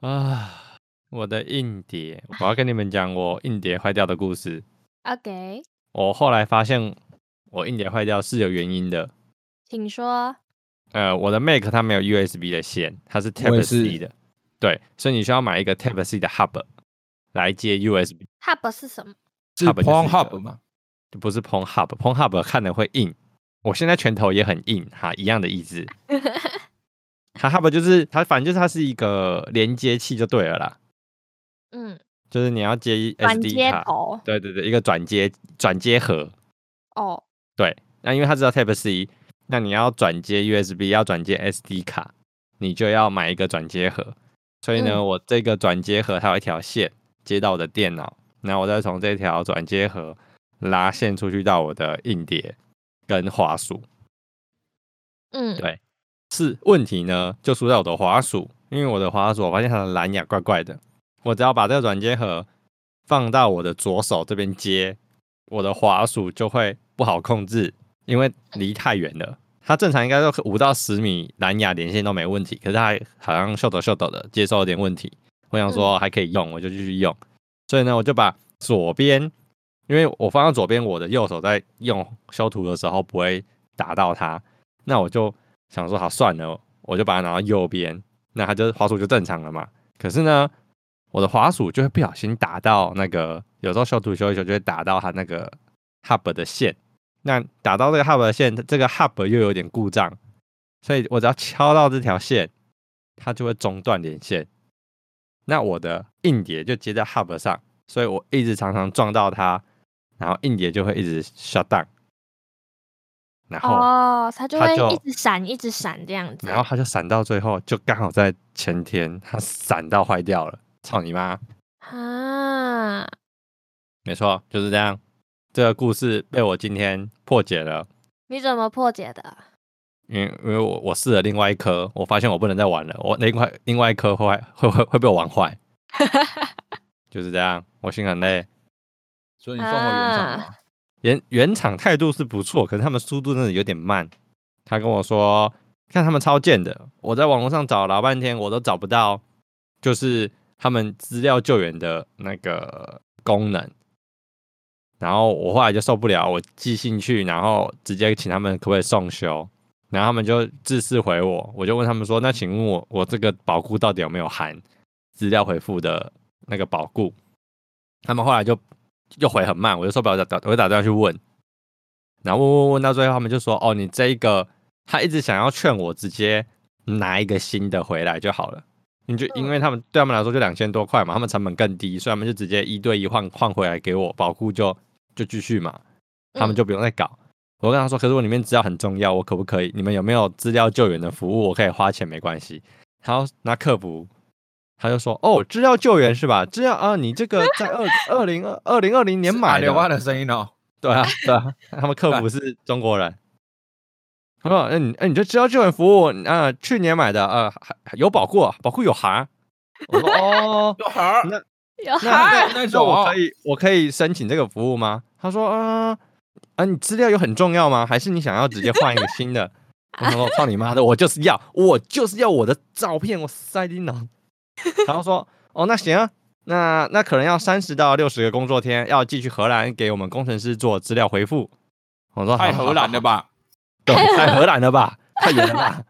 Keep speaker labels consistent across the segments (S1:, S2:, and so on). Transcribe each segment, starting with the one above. S1: 啊，我的硬碟，我要跟你们讲我硬碟坏掉的故事。
S2: OK，
S1: 我后来发现我硬碟坏掉是有原因的。
S2: 请说。
S1: 呃，我的 Mac 它没有 USB 的线，它是
S3: 我
S1: Type
S3: 也是
S1: C 的，对，所以你需要买一个 Type C 的 Hub 来接 USB，
S2: Hub 是什么？
S3: 是
S1: Hub 就是一个
S3: Pornhub 嘛？
S1: 不是 Pong Hub，Pong Hub 看的会硬。我现在拳头也很硬，哈，一样的意思。它 Hub 就是它，反正就是它是一个连接器就对了啦，
S2: 嗯，
S1: 就是你要接
S2: 转接
S1: SD 卡，
S2: 头。
S1: 对对对，一个转接转接盒，
S2: 哦，
S1: 那因为他知道 Type C，那你要转接 USB，要转接 SD 卡，你就要买一个转接盒。所以呢，
S2: 嗯
S1: 我这个转接盒它有一条线接到我的电脑，然后我再从这条转接盒拉线出去到我的硬碟跟滑鼠。
S2: 嗯，
S1: 对是问题呢，就出在我的滑鼠，因为我的滑鼠我发现它的蓝牙啊怪怪的。我只要把这个转接盒放到我的左手这边接，我的滑鼠就会不好控制，因为离太远了。它正常应该都五到十米蓝牙连线都没问题，可是它还好像秀抖秀抖的接收有点问题。我想说还可以用，我就继续用。所以呢，我就把左边，因为我放到左边，我的右手在用修图的时候不会打到它，那我就想说好算了，我就把它拿到右边，那它就滑鼠就正常了嘛。可是呢，我的滑鼠就会不小心打到那个，有时候修图修一修就会打到它那个 hub 的线。那打到这个 hub 的线，这个 hub 又有点故障，所以我只要敲到这条线，它就会中断连线。那我的硬碟就接在 hub 上，所以我一直常常撞到它，然后硬碟就会一直 shut down，然后、
S2: 哦，它就
S1: 它
S2: 会
S1: 就
S2: 一直闪，一直闪这样子。
S1: 然后它就闪到最后，就刚好在前天，它闪到坏掉了。操你妈！
S2: 啊，
S1: 没错，就是这样。这个故事被我今天破解了，
S2: 你怎么破解的？啊
S1: 因为因为我我试了另外一颗，我发现我不能再玩了，我另外另外一颗会坏会会会被我玩坏，就是这样。我心很累。
S3: 所以你送回原厂
S2: 啊
S3: 嘛？
S1: 原原厂态度是不错，可是他们速度真的有点慢。他跟我说，看他们超贱的，我在网络上找老半天，我都找不到，就是他们资料救援的那个功能。然后我后来就受不了，我寄信去，然后直接请他们可不可以送修，然后他们就自私回我，我就问他们说，那请问我我这个保固到底有没有含资料回复的那个保固？他们后来就又回很慢，我就受不了，打打我就打电话去问，然后问问问到最后，他们就说：“哦，你这一个，他一直想要劝我直接拿一个新的回来就好了。”你就因为他们对他们来说就两千多块嘛，他们成本更低，所以他们就直接一对一换换回来给我，保护就就继续嘛，他
S2: 嗯
S1: 们就不用再搞。我跟他说：“可是我里面资料很重要，我可不可以？你们有没有资料救援的服务？我可以花钱没关系。”然后拿客服，他就说：“哦，资料救援是吧？资料啊，你这个在二二零二二零二零年
S3: 是
S1: 买
S3: 阿
S1: 的
S3: 刘，蛙的声音哦，
S1: 对啊，对啊， 他们客服是中国人。他说：“嗯，嗯，你这资料救援服务，啊，去年买的，呃，还有保固，保固有函。”我说：“哦，
S3: 有孩
S1: 那
S2: 有
S1: 那
S2: 孩儿
S3: 那那
S1: 那
S3: 种
S1: 我
S3: 哦
S1: 可以，我可以申请这个服务吗？”他说：“嗯、啊，你资料有很重要吗？还是你想要直接换一个新的？” 我说：“操你妈的，我就是要，我就是要我的照片，我塞进脑。”然后说：“哦，那行啊，那那可能要三十到六十个工作天，要寄去荷兰给我们工程师做资料回复。”我说：“
S3: 太
S1: 好
S3: 荷兰了？吧？
S1: 好好对，太荷兰了吧？太远了吧？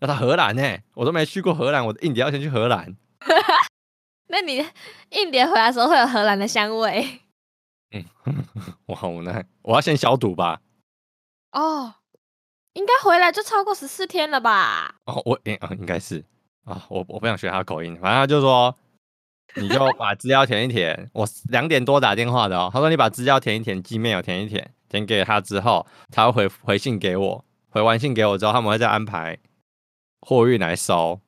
S1: 要到荷兰呢、我都没去过荷兰，我硬碟要先去荷兰。
S2: 那你 硬碟回来的时候会有荷兰的香味
S1: 我好无奈，我要先消毒吧。
S2: 哦。应该回来就超过十四天了吧？
S1: 哦，我应、啊应该是啊，我我不想学他的口音，反正他就说，你就把资料填一填。我两点多打电话的哦，他说你把资料填一填，Gmail 填一填，填给他之后，他会回回信给我，回完信给我之后，他们会再安排货运来收。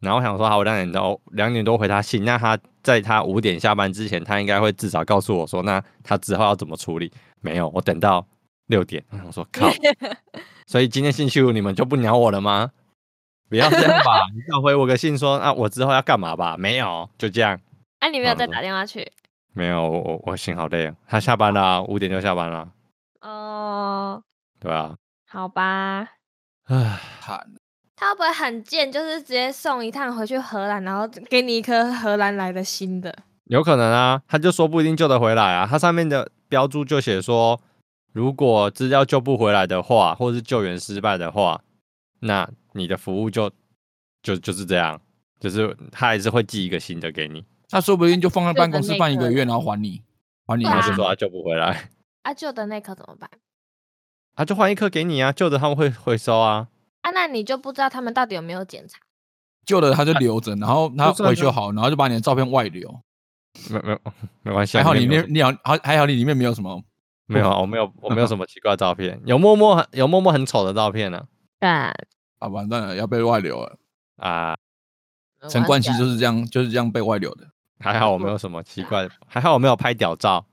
S1: 然后我想说，好，我两点多两点多回他信，那他在他五点下班之前，他应该会至少告诉我说，那他之后要怎么处理？没有，我等到六点，我想说 靠，所以今天星期五你们就不鸟我了吗？不要这样 吧，你要回我个信说啊，我之后要干嘛吧？没有，就这样，
S2: 哎、你没有再
S1: 嗯
S2: 打电话去
S1: 没有，我我我心好累啊。他下班了啊、五点就下班了，
S2: 哦？
S1: 对啊，
S2: 好吧，
S1: 唉，
S3: 惨，
S2: 他会不会很贱？就是直接送一趟回去荷兰，然后给你一颗荷兰来的新的。
S1: 有可能啊，他就说不一定救得回来啊。他上面的标注就写说，如果资料救不回来的话，或是救援失败的话，那你的服务就就就是这样，就是他还是会寄一个新的给你。
S3: 他说不定就放在办公室
S2: 就等那
S3: 放一个
S2: 个
S3: 月，然后还你，还你
S2: 对啊
S1: 然
S3: 那
S1: 后
S3: 些
S1: 就说他救不回来，
S2: 啊，旧的那颗怎么办？
S1: 他就换一颗给你啊，旧的他们会回收啊。
S2: 啊，那你就不知道他们到底有没有检查。
S3: 旧的他就留着，然后他
S1: 就算
S3: 维修好，然后就把你的照片外流。
S1: 没没没关系啊，
S3: 还好你
S1: 里面
S3: 面你好还还好你里面没有什么，
S1: 没 有啊，我没有我没有什么奇怪的照片，有默默很有默默很丑的照片呢
S2: 但
S3: 啊完蛋了要被外流了。
S1: 啊
S3: 陈冠希就是这样就是这样被外流的。
S1: 还好我没有什么奇怪的，还好我没有拍屌照，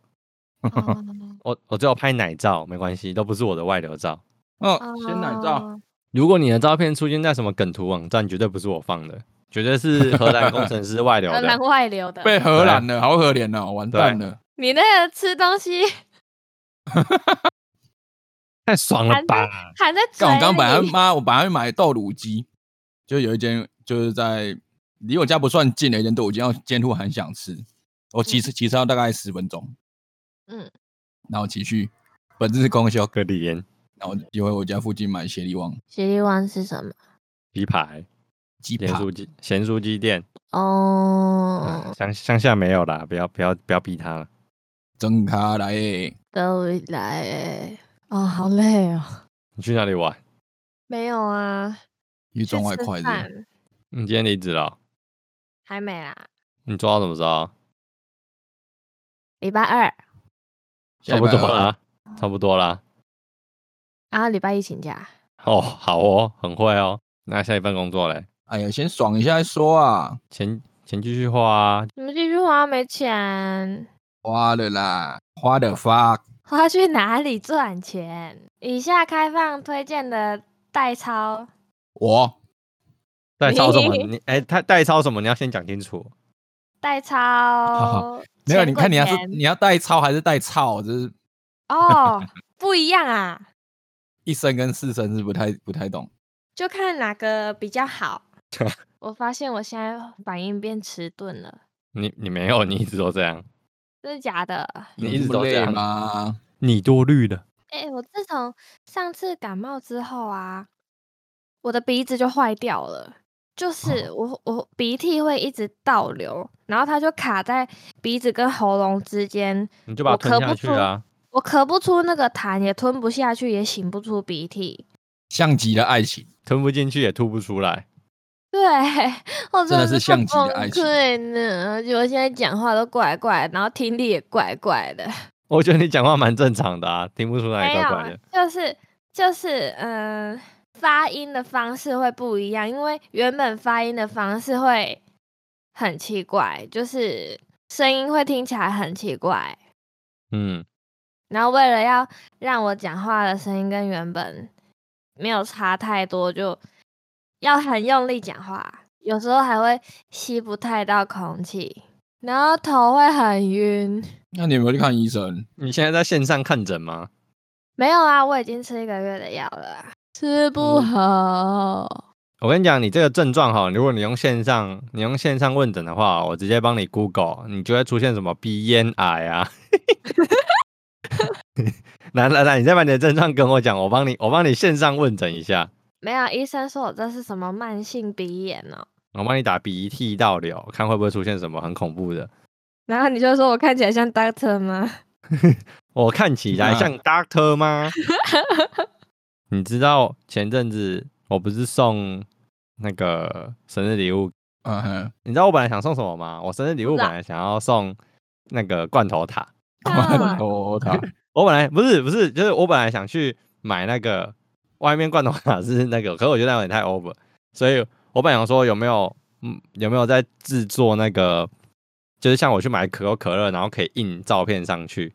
S3: 哦
S1: 我我只有拍奶照，没关系，都不是我的外流照。
S2: 哦
S3: 嗯，鲜奶罩，
S1: 如果你的照片出现在什么梗图网站，绝对不是我放的，绝对是荷兰工程师外 流
S2: 荷兰
S1: 的。
S2: 外流的。
S3: 被荷兰了，好可怜哦，完蛋了。
S2: 你那个吃东西
S3: 嗯
S1: 太爽了吧！
S2: 含在嘴
S3: 干，我刚本来
S2: 里，
S3: 妈，我本来要买豆乳鸡，就有一间就是在离我家不算近的一间豆乳鸡，然后今天突然很想吃，我骑车骑车要大概十分钟，
S2: 嗯，
S3: 然后骑去本日公休，
S1: 格里烟
S3: 然后就回我家附近买协力旺
S2: 雪利湾是什么？
S1: 鸡排、
S3: 鸡
S1: 咸
S3: 排，
S1: 酥鸡、咸酥鸡店，
S2: 哦
S3: 嗯
S1: 啊，乡乡下没有啦，不要不要不要逼他了。
S3: 睁开来欸，
S2: 都来欸哦，好累哦。
S1: 你去哪里玩？
S2: 没有啊，
S3: 去
S2: 去
S3: 赚外
S2: 吃
S3: 快的，
S2: 饭
S1: 你今天离职了哦？
S2: 还没啦，
S1: 你做到什么时候？啊
S2: 礼拜二，
S1: 差
S3: 下礼
S1: 不
S3: 拜
S1: 多
S3: 二
S1: 啦，差不多啦。
S2: 然后啊礼拜一请假。
S1: 哦，好哦，很会哦。那下一份工作嘞？
S3: 哎呀，先爽一下再说啊，
S1: 钱钱继续花啊，
S2: 你们继续花没钱，
S3: 花了啦，花的发，
S2: 花去哪里赚钱？以下开放推荐的代抄，
S3: 我
S1: 代抄什 么？
S2: 你
S1: 你哎，他代抄什么？你要先讲清楚。
S2: 代抄
S3: 没有，
S2: 钱
S3: 你看
S2: 滚
S3: 你要是
S2: 钱
S3: 你要带抄还是带操，就是
S2: 哦，不一样啊，
S3: 一声跟四声是不太不太懂。
S2: 就看哪个比较 好。我发现我现在反应变迟钝了，
S1: 你你没有，你一直都这样，
S2: 真的假的？
S1: 你
S3: 有
S1: 一直
S3: 这
S1: 都
S3: 么
S1: 这
S3: 累
S1: 样
S3: 吗？
S1: 你多虑了。
S2: 哎、我自从上次感冒之后啊，我的鼻子就坏掉了，
S3: 哦
S2: 就是我我鼻涕会一直倒流，然后它就卡在鼻子跟喉咙之间，
S1: 你就把它
S2: 我
S1: 吞
S2: 咳
S1: 下
S2: 不
S1: 去
S2: 出
S1: 啊！
S2: 我咳不出那个痰，也吞不下去，也擤不出鼻涕。
S3: 像极了爱情，
S1: 吞不进去也吐不出来，
S2: 对， 我
S3: 真的是
S2: 快
S3: 像极了
S2: 崩
S3: 爱情
S2: 溃呢，而且我现在讲话都怪怪，然后听力也怪怪的。
S1: 我觉得你讲话蛮正常的啊，听不出哪里
S2: 没有
S1: 怪
S2: 啊
S1: 怪的。，
S2: 就是就是嗯、呃发音的方式会不一样，因为原本发音的方式会很奇怪，就是声音会听起来很奇怪。
S1: 嗯，
S2: 然后为了要让我讲话的声音跟原本没有差太多，就要很用力讲话，有时候还会吸不太到空气，然后头会很晕。
S3: 那你有没有去看医生？
S1: 你现在在线上看诊吗？
S2: 没有啊，我已经吃一个月的药了啊，吃不
S3: 嗯
S2: 好。
S1: 我跟你讲，你这个症状哈，如果你用线上，你用线上问诊的话，我直接帮你 Google，你就会出现什么鼻咽癌啊。 来来来，你再把你的症状跟我讲，我帮你，我帮你线上问诊一下，
S2: 没有，医生说我这是什么慢性鼻炎哦，
S1: 我帮你打鼻涕倒流，看会不会出现什么很恐怖的。
S2: 然后你就说我看起来像 doctor 吗？
S1: 我看起来
S2: 嗯
S3: 啊
S1: 像 Doctor 吗？你知道前阵子我不是送那个生日礼物？
S3: 嗯哼，
S1: 你知道我本来想送什么吗？我生日礼物
S2: 不知
S1: 本
S2: 道
S1: 来想要送那个罐头塔，
S2: 啊
S3: 罐头塔，
S1: 我本来不是不是，就是我本来想去买那个外面罐头塔是那个，可是我觉得那有点太 over，所以我本来想说有没有嗯有没有在制作那个，就是像我去买可口可乐，然后可以印照片上去，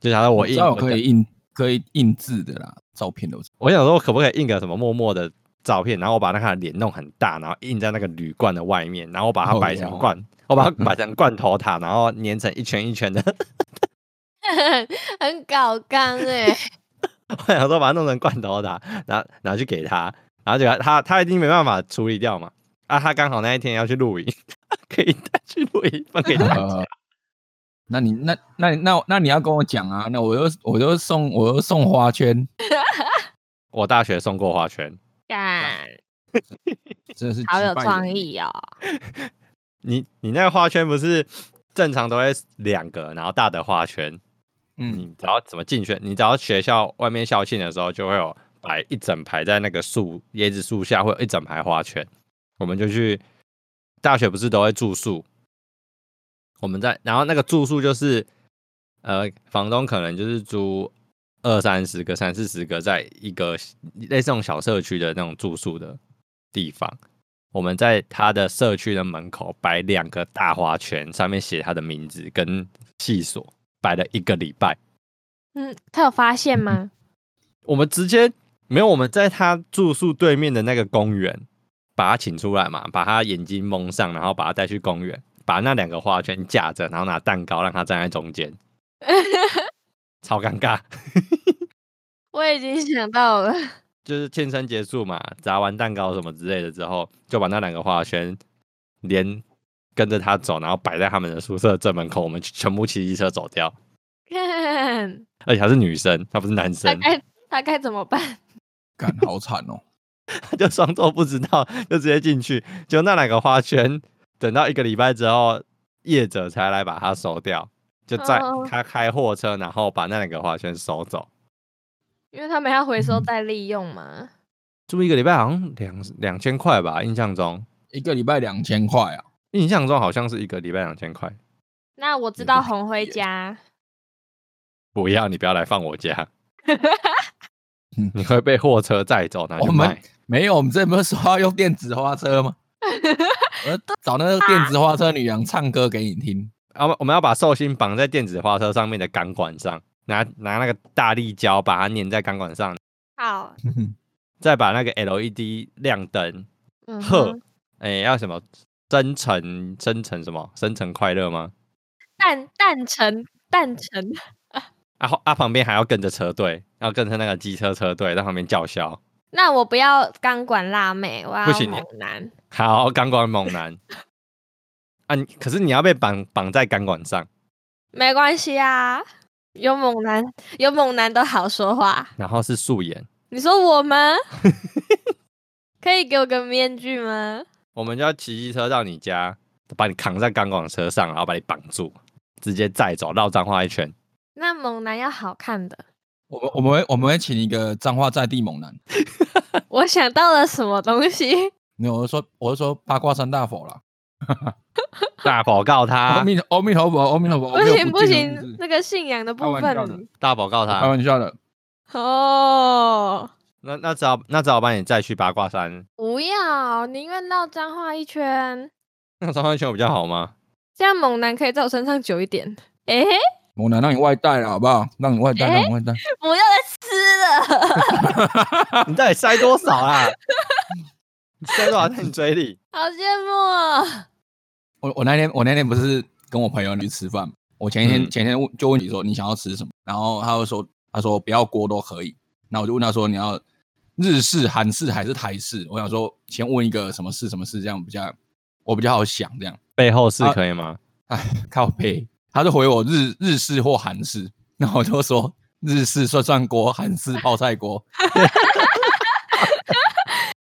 S1: 就想到我
S3: 知
S1: 印
S3: 哦道我
S1: 我
S3: 可以印可以印字的啦，照片都是。
S1: 我想说，可不可以印个什么默默的照片，然后我把那个脸弄很大，然后印在那个铝罐的外面，然后我把
S3: 哦
S1: 它摆成罐，我把它摆成罐头塔，然后粘成一圈一圈的。
S2: 很搞刚哎、欸
S1: 我想说把它弄成罐头塔，拿拿去给他，然后结果他他一定没办法处理掉嘛，啊，他刚好那一天要去露营， 可以带去露营分给他。
S3: 呃，那你那那你那那你要跟我讲啊，那我又我又送我又送花圈，
S1: 我大学送过花圈，
S2: 干，
S3: 真的是
S2: 好
S3: 击
S2: 有
S3: 败
S2: 创
S3: 人
S2: 意哦！
S1: 你你那个花圈不是正常都会两个，然后大的花圈，
S3: 嗯，
S1: 你只要怎么竞选，你只要学校外面校庆的时候就会有摆一整排在那个树椰子树下，会有一整排花圈。我们就去大学不是都会住宿，我们在然后那个住宿就是呃房东可能就是租二三十个、三四十个，在一个类似那种小社区的那种住宿的地方。我们在他的社区的门口摆两个大花圈，上面写他的名字跟系所，摆了一个礼拜。
S2: 嗯，他有发现吗？
S1: 我们直接没有，我们在他住宿对面的那个公园，把他请出来嘛，把他眼睛蒙上，然后把他带去公园，把那两个花圈架着，然后拿蛋糕让他站在中间，超尴尬。
S2: 我已经想到了，
S1: 就是庆生结束嘛，砸完蛋糕什么之类的之后，就把那两个花圈连跟着他走，然后摆在他们的宿舍正门口，我们全部骑机车走掉，
S2: 看
S1: 而且还是女生，她不是男
S2: 他
S1: 生，
S2: 该他该怎么办？
S3: 干好惨哦，
S1: 他就装作不知道，就直接进去。就那两个花圈，等到一个礼拜之后，业者才来把它收掉，就在
S2: 哦
S1: 他开货车，然后把那两个花圈收走。
S2: 因为他们要回
S3: 嗯
S2: 收再利用嘛。
S1: 住一个礼拜好像两两千块吧，印象中，
S3: 一个礼拜两千块啊，
S1: 印象中好像是一个礼拜两千块。
S2: 那我知
S3: 也
S2: 道
S3: 不
S2: 红辉
S3: 便宜
S2: 家，
S1: 不要，你不要来放我家
S3: 嗯，
S1: 你会被货车载走拿去
S3: 我们
S1: 卖。
S3: 没有，我们这不是说要用电子花车吗？我要找那个电子花车女郎唱歌给你听，
S1: 啊，我们要把寿星绑在电子花车上面的钢管上，拿拿那个大力胶把它粘在钢管上，
S2: 好，
S1: 再把那个 LED 亮灯，
S2: 嗯
S1: 呵
S2: 哼，
S1: 哎、要什么生辰生辰什么生辰快乐吗？
S2: 蛋蛋城蛋城，
S1: 啊后啊，旁边还要跟着车队，要跟着那个机车车队在旁边叫嚣。
S2: 那我不要钢管辣妹，我要
S1: 行
S2: 猛男。
S1: 好，钢管猛男啊，你可是你要被绑绑在钢管上。
S2: 没关系啊，有猛男有猛男都好说话。
S1: 然后是素颜，
S2: 你说我吗？ 可以给我个面具吗？
S1: 我们就要骑机车到你家，把你扛在钢管车上，然后把你绑住，直接载走，绕彰化一圈。
S2: 那猛男要好看的。
S3: 我们我们会我们会请一个脏话在地猛男，
S2: 我想到了什么东西？
S3: 没有，我是说我是说八卦山大佛啦，
S1: 大宝告
S3: 阿
S1: 他，
S3: 弥阿弥陀佛，阿弥陀佛，
S2: 不
S3: 我哦没有
S2: 行
S3: 不
S2: 不
S3: 敬
S2: 行，
S3: 的意思
S2: 那个信仰的部
S3: 玩笑的
S2: 分
S1: 大宝告
S3: 开
S1: 他。
S3: 玩笑的，
S2: 哦，
S1: 那那只好那只好把你载去八卦山，
S2: 不要，宁愿绕脏话一圈，
S1: 那彰化一圈有比较好吗？
S2: 这样猛男可以在我身上久一点。 诶、
S3: 猛男让你外带了好不好？让你外带，
S2: 哎
S3: 让你外带，
S2: 不要再吃了。
S1: 你到底塞多少啊？你塞多少在你嘴里？
S2: 好羡慕哦！
S3: 我我那天我那天不是跟我朋友去吃饭，我前一天、
S1: 嗯
S3: 前一天问就问你说你想要吃什么，然后他就说他说不要锅都可以，那我就问他说你要日式、韩式还是台式？我想说先问一个什么式什么式，这样比较我比较好想这样。
S1: 背后是
S3: 啊
S1: 可以吗？
S3: 哎，靠背，他就回我日日式或韩式，那我就说日式涮涮锅，韩式泡菜锅，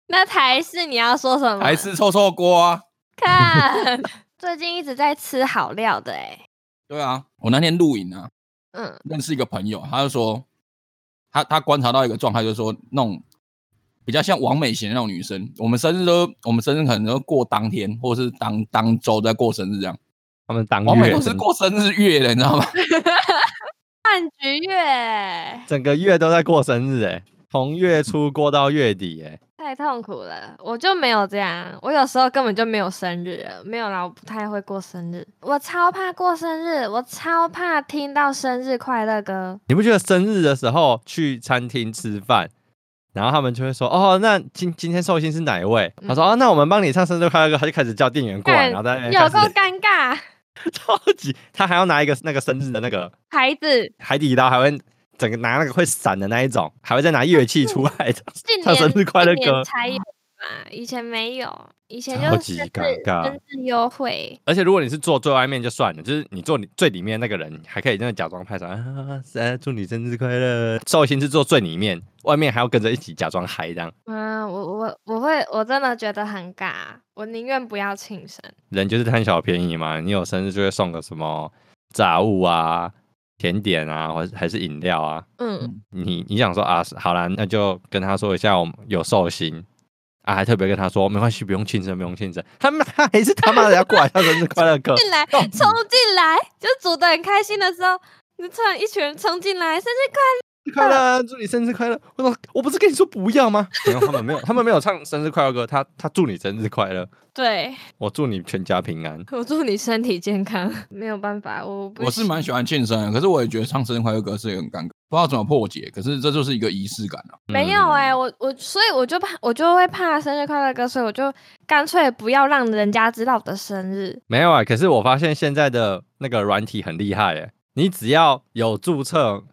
S2: 那台式你要说什么？
S3: 台式臭臭锅啊。
S2: 看， 最近一直在吃好料的哎、
S3: 对啊，我那天露营啊，
S2: 嗯，
S3: 认识一个朋友，他就说，他他观察到一个状态，就是说那种比较像王美贤那种女生，我们生日都我们生日可能都过当天，或者是当当周在过生日这样。
S1: 他们当
S3: 王美
S1: 月
S3: 都是过生日月的，你知道吗？
S2: 饭局月欸
S1: 整个月都在过生日哎、从月初过到月底哎、
S2: 太痛苦了，我就没有这样，我有时候根本就没有生日了，没有啦，我不太会过生日，我超怕过生日，我超怕听到生日快乐歌。
S1: 你不觉得生日的时候去餐厅吃饭，然后他们就会说：“哦，那今今天寿星是哪一位？”
S2: 嗯
S1: 他说：“哦，那我们帮你唱生日快乐歌。”他就开始叫店员过来，
S2: 干
S1: 然后在那边
S2: 有够
S1: 开始
S2: 尴尬，
S1: 超级，他还要拿一个那个生日的那个
S2: 孩子
S1: 海底捞，还会整个拿那个会闪的那一种，还会再拿乐器出来的，
S2: 近
S1: 唱
S2: 年
S1: 生日快乐
S2: 近年
S1: 歌
S2: 才有嘛，以前没有，以前
S1: 超
S2: 就
S1: 级
S2: 是生
S1: 尴
S2: 日
S1: 尬
S2: 生日优惠，
S1: 而且如果你是坐最外面就算了，就是你坐你最里面那个人，还可以真的假装拍手啊，啊祝你生日快乐。寿星是坐最里面，外面还要跟着一起假装嗨，这样
S2: 嗯，我我我会我真的觉得很尬，我宁愿不要庆生。
S1: 人就是贪小便宜嘛。你有生日就会送个什么炸物啊、甜点啊，或还是饮料啊。
S2: 嗯，
S1: 你你想说啊，好啦，那就跟他说一下，我们有寿星啊，还特别跟他说没关系，不用庆生，不用庆生。他们 他还是他妈的要过来唱生日快乐歌，
S2: 进来，冲进来，就煮的很开心的时候，你突然一群人冲进来，生日快
S1: 快乐，啊祝你生日快乐。我说我不是跟你说不要吗？没有，他们没有，他们没有唱生日快乐歌，他他祝你生日快乐，
S2: 对
S1: 我祝你全家平安。
S2: 我祝你身体健康。 没有办法，我不
S3: 我是
S2: 行
S3: 蛮喜欢庆生的，可是我也觉得唱生日快乐歌是有点尴尬，不知道怎么破解。可是这就是一个仪式感
S1: 嗯
S3: 啊。
S2: 没有哎、我我所以我就怕，我就会怕生日快乐歌，所以我就干脆不要让人家知道我的生日。
S1: 没有啊。可是我发现现在的那个软体很厉害哎，你只要有注册，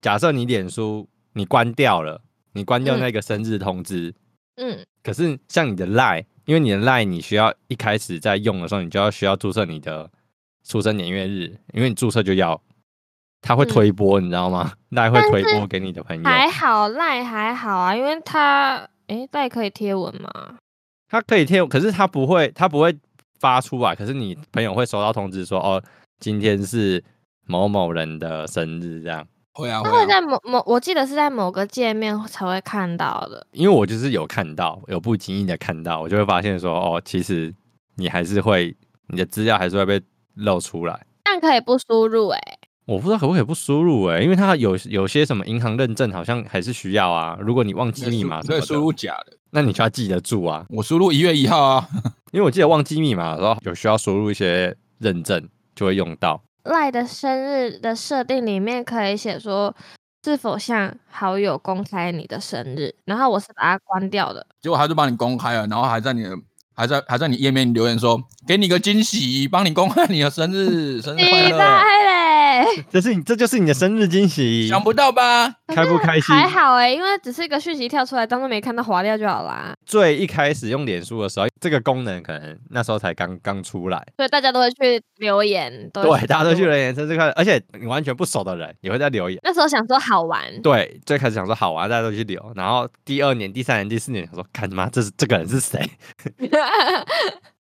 S1: 假设你脸书你关掉了，你关掉
S2: 嗯
S1: 那个生日通知，
S2: 嗯，
S1: 可是像你的 Line，因为你的 Line 你需要一开始在用的时候，你就要需要注册你的出生年月日，因为你注册就要，它会
S2: 嗯
S1: 推播，你知道吗？Line 会
S2: 但
S1: 推
S2: 是
S1: 播给你的
S3: 嗯
S1: 朋友，
S2: 还好赖还好啊，因为他诶赖可以贴文嘛，
S1: 它可以贴，可是它不会，它不会发出来，可是你朋友会收到通知说，哦，今天是某某人的生日这样。
S3: 会啊，
S2: 他会
S3: 啊。
S2: 在某某我记得是在某个界面才会看到的。
S1: 因为我就是有看到，有不经意的看到，我就会发现说，哦，其实你还是会，你的资料还是会被露出来。
S2: 但可以不输入欸诶、
S1: 我不知道可不可以不输入哎、因为它有有些什么银行认证好像还是需要啊。如果你忘记密码什
S3: 所
S1: 么
S3: 以
S1: 的
S3: 输入假的，
S1: 那你就要记得住啊。
S3: 我输入一月一号啊。
S1: 因为我记得忘记密码的时候，有需要输入一些认证，就会用到。
S2: 赖的生日的设定里面可以写说是否向好友公开你的生日，然后我是把它关掉的。
S3: 结果他就帮你公开了，然后还在你的还在还在你页面留言说，给你个惊喜，帮你公开你的生日，生日快
S2: 你
S3: 乐。
S2: 拜嘞！
S1: 这是你，这就是你的生日惊喜，
S3: 想不到吧？，
S1: 开不开心？
S2: 还好哎、因为只是一个讯息跳出来，当做没看到划掉就好啦。
S1: 最一开始用脸书的时候，这个功能可能那时候才刚刚出来，
S2: 所以大家都会去留言，都会
S1: 对，大家都去。留言生日快乐，而且你完全不熟的人也会在留言。
S2: 那时候想说好玩，
S1: 对，最开始想说好啊玩，大家都去留，然后第二年、第三年、第四年，想说看他妈这是这个人是谁？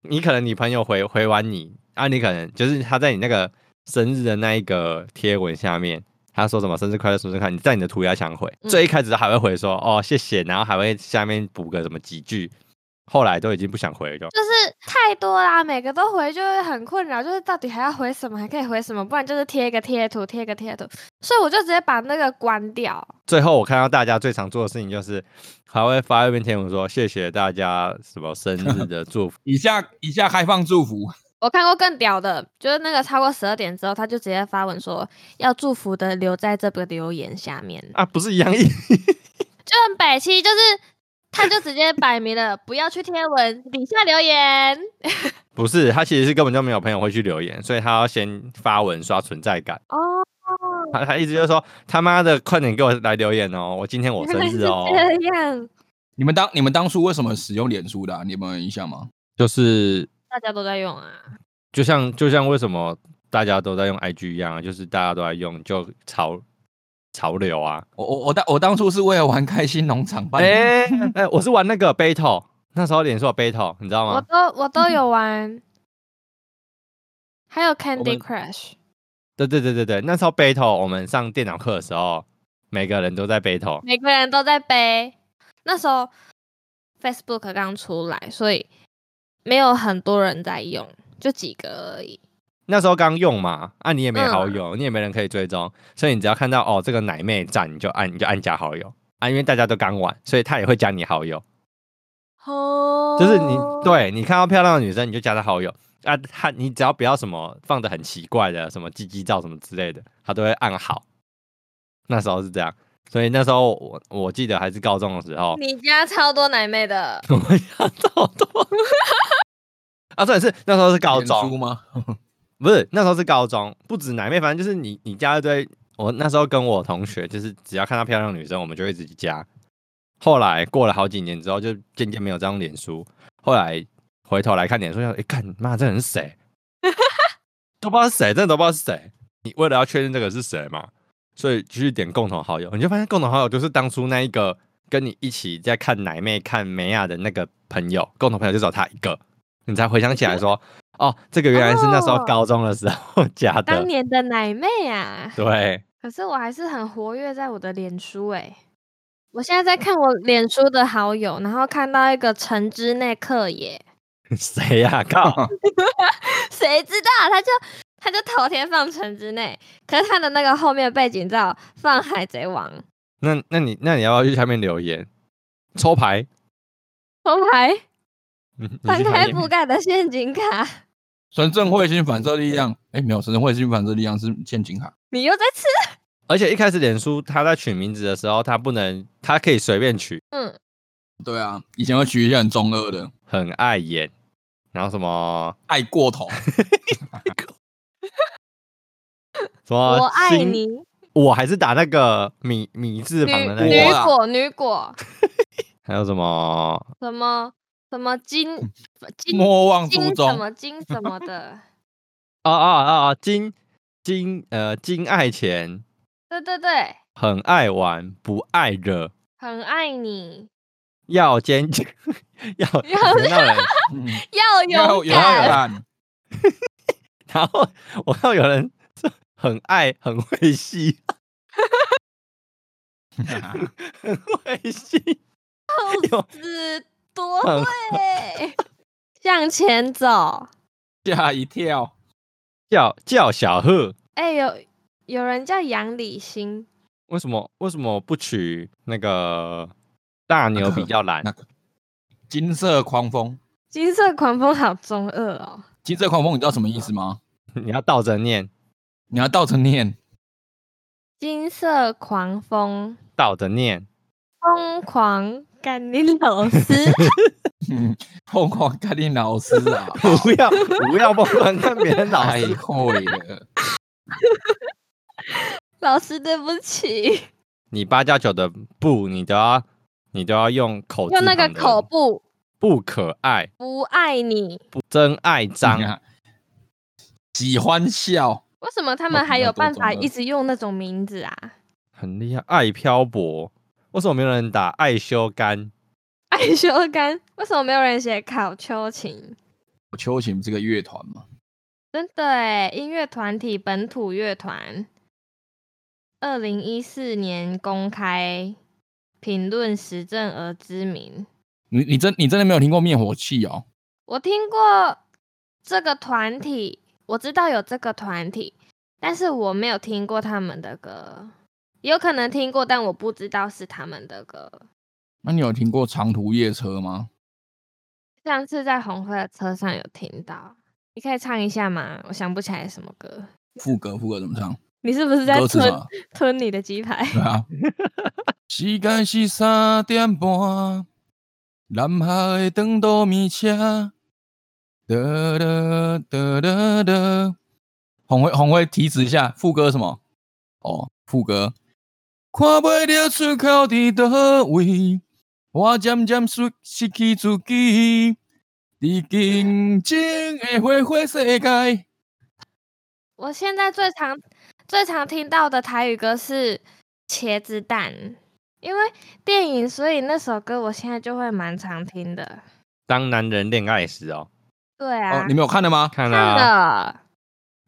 S1: 你可能你朋友回回完你啊，你可能就是他在你那个生日的那一个贴文下面，他说什么生日快乐，生日快乐，你在你的涂鸦墙回，
S2: 嗯
S1: 最一开始还会回说哦谢谢，然后还会下面补个什么几句，后来都已经不想回了，就
S2: 就是太多啦，每个都回就会很困扰，就是到底还要回什么，还可以回什么，不然就是贴一个贴图，贴一个贴图，所以我就直接把那个关掉。
S1: 最后我看到大家最常做的事情就是还会发一篇贴文说谢谢大家什么生日的祝福
S3: 以下以下开放祝福，
S2: 我看过更屌的，就是那个超过十二点之后，他就直接发文说要祝福的留在这个留言下面，
S1: 啊，不是一样意思
S2: 就很北七，就是他就直接摆明了不要去贴文，底下留言。
S1: 不是，他其实是根本就没有朋友会去留言，所以他要先发文刷存在感。
S2: 哦，
S1: 他他意思就是说，他妈的，快点给我来留言哦，我今天我
S2: 原
S1: 生
S2: 来是
S1: 日 哦。
S2: 这样，
S3: 你们当你们当初为什么使用脸书的啊、你们有印象吗？
S1: 就是
S2: 大家都在用啊，
S1: 就像就像为什么大家都在用 IG 一样啊，就是大家都在用，就潮潮流啊。
S3: 我我我当我当初是为了玩开心农场办的，
S1: 哎哎、我是玩那个 battle，那时候脸书有 battle，你知道
S2: 我
S1: 吗？
S2: 都我都
S1: 嗯
S2: 有玩，还有 Candy
S3: 们
S2: Crush，
S1: 哦对对对对对，那时候 battle 我们上电脑课的时候，每个人都在 battle。
S2: 每个人都在背。那时候 Facebook 刚出来，所以没有很多人在用，就几个而已。
S1: 那时候刚用嘛，啊你也没
S2: 嗯
S1: 好友，你也没人可以追踪，所以你只要看到哦这个奶妹赞，你就按你就按加好友啊，因为大家都刚玩，所以他也会加你好友，
S2: 哦，
S1: 就是你对你看到漂亮的女生你就加她好友啊，他你只要不要什么放的很奇怪的什么鸡鸡照什么之类的，他都会按好。那时候是这样，所以那时候我我记得还是高中的时候，，
S2: 你家超多奶妹的
S1: 我要找多 啊，重点是那时候是高
S3: 脸
S1: 中
S3: 书，吗？
S1: 不是那时候是高中，不止奶妹，反正就是你你加一堆，我那时候跟我同学，就是只要看到漂亮女生，我们就会自己加。后来过了好几年之后，就渐渐没有这张脸书。后来回头来看脸书，想，哎、干妈这人是谁？都不知道是谁，真的都不知道是谁。你为了要确认这个是谁嘛，所以去点共同好友，你就发现共同好友就是当初那一个跟你一起在看奶妹、看梅亚的那个朋友，共同朋友就找他一个，你才回想起来说，哦，这个原来是那时候
S2: 哦
S1: 高中的时候加的
S2: 当。年的奶妹啊！
S1: 对，
S2: 可是我还是很活跃在我的脸书哎、我现在在看我脸书的好友，然后看到一个橙之内克耶，
S1: 谁呀、靠！
S2: 谁知道他就他就头天放橙之内，可是他的那个后面背景照放海贼王，
S1: 那那你那你要不要去下面留言抽牌？
S2: 红牌
S1: 你你
S2: 翻
S1: 去下
S2: 开
S1: 面
S2: 覆盖的陷阱卡，
S3: 神正彗星反射力量，哎，没有，神正彗星反射力量是陷阱卡，
S2: 你又在吃？
S1: 而且一开始脸书它在取名字的时候，它不能，它可以随便取，
S2: 嗯，
S3: 对啊，以前会取一些很中二的，
S1: 很碍眼，然后什么
S3: 爱过头，
S1: 什么，
S2: 我爱，你，
S1: 我还是打那个米米字
S2: 女
S1: 旁的那
S2: 女
S1: 个，
S3: 啊
S2: 果女果，
S1: 还有什么
S2: 什么什么金金
S3: 莫忘初
S2: 金什
S3: 衷，
S2: 么金什么的，
S1: 啊啊啊啊，金金呃金爱钱，
S2: 对对对，
S1: 很爱玩，不爱惹，
S2: 很爱你，
S1: 要坚强， 要
S2: 要
S1: 等到人
S3: 嗯
S2: 要
S3: 要
S2: 勇
S3: 有
S2: 敢，
S3: 感，
S1: 然后我看到有人说很爱，很会吸，很会吸，有
S2: 是多
S1: 很
S2: 会向前走。
S3: 吓一跳，
S1: 叫叫小贺。
S2: 哎、有有人叫杨李欣，
S1: 为什么为什么不取那个大牛比较懒
S3: 那？金色狂风，
S2: 金色狂风好中二哦。
S3: 金色狂风，你知道什么意思吗？
S1: 你要倒着念，
S3: 你要倒着念，
S2: 金色狂风，
S1: 倒着念，
S2: 疯狂干你老 师，
S3: 嗯疯狂干你老师啊，
S1: 不要不要疯狂看别人 老
S3: 太
S1: 师。
S3: 会了，啊
S2: 老师对不起，
S1: 你八加九的不，你都要你都要用口字
S2: 用那个
S1: 旁的
S2: 口部
S1: 不可爱，
S2: 不爱你。
S1: 不真爱
S3: 嗯
S1: 脏，
S3: 喜欢笑，
S2: 为什么他
S3: 那
S2: 们
S3: 比
S2: 还
S3: 较
S2: 有
S3: 多
S2: 办
S3: 中
S2: 法
S3: 二
S2: 一直用那种名字啊？
S1: 很厉害。爱漂泊，为什么没有人打爱修干？
S2: 爱修干，为什么没有人写考秋琴？
S3: 秋琴这个乐团嘛，
S2: 真的哎，音乐团体本土乐团，二零一四年公开评论时政而知名。
S3: 你你真你真的没有听过灭火器哦？
S2: 我听过这个团体，我知道有这个团体，但是我没有听过他们的歌，有可能听过，但我不知道是他们的歌。
S3: 那你有听过长途夜车吗？
S2: 上次在红会的车上有听到，你可以唱一下吗？我想不起来什么歌。
S3: 副歌副歌怎么唱？
S2: 你是不是在
S3: 歌词什
S2: 吞
S3: 么？
S2: 吞你的鸡排？
S3: 对啊，时间是三点半，南下的长途米车，哒哒哒哒哒。红辉，红辉提示一下，副歌什么？哦，副歌。看袂到出口伫倒位，我渐渐失失去自己。伫竞争的花花世界，
S2: 我现在最常最常听到的台语歌是《茄子蛋》，因为电影，所以那首歌我现在就会蛮常听的。
S1: 当男人恋爱时哦，
S2: 对啊，
S3: 哦，你们有看了吗？
S1: 看
S2: 看
S1: 啦、
S2: 了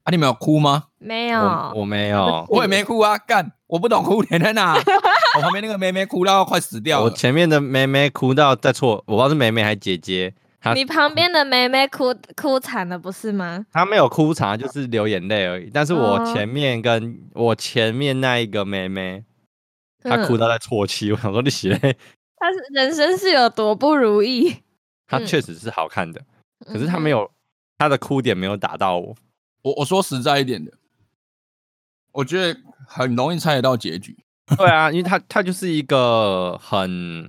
S3: 啊，你们有哭吗？
S2: 没
S1: 我
S2: 有？
S1: 我没有，
S3: 我也没哭啊，干，我不懂哭点在哪。我旁边那个妹妹哭到快死掉
S1: 我
S3: 了，
S1: 前面的妹妹哭到在错，我不知道是妹妹还姐姐，她
S2: 你旁边的妹妹哭哭惨了，不是吗？
S1: 她没有哭茶，就是流眼泪而已。但是我
S2: 哦
S1: 前面跟、我前面那一个妹妹，她哭
S2: 嗯，
S1: 到在啜泣，我想说你写嘞，
S2: 她是人生是有多不如意？
S1: 她
S2: 嗯
S1: 确实是好看的，可是她
S2: 嗯
S1: 没有她的哭点没有打到我。
S3: 我我说实在一点的，我觉得很容易猜得到结局。
S1: 对啊，因为她她就是一个很，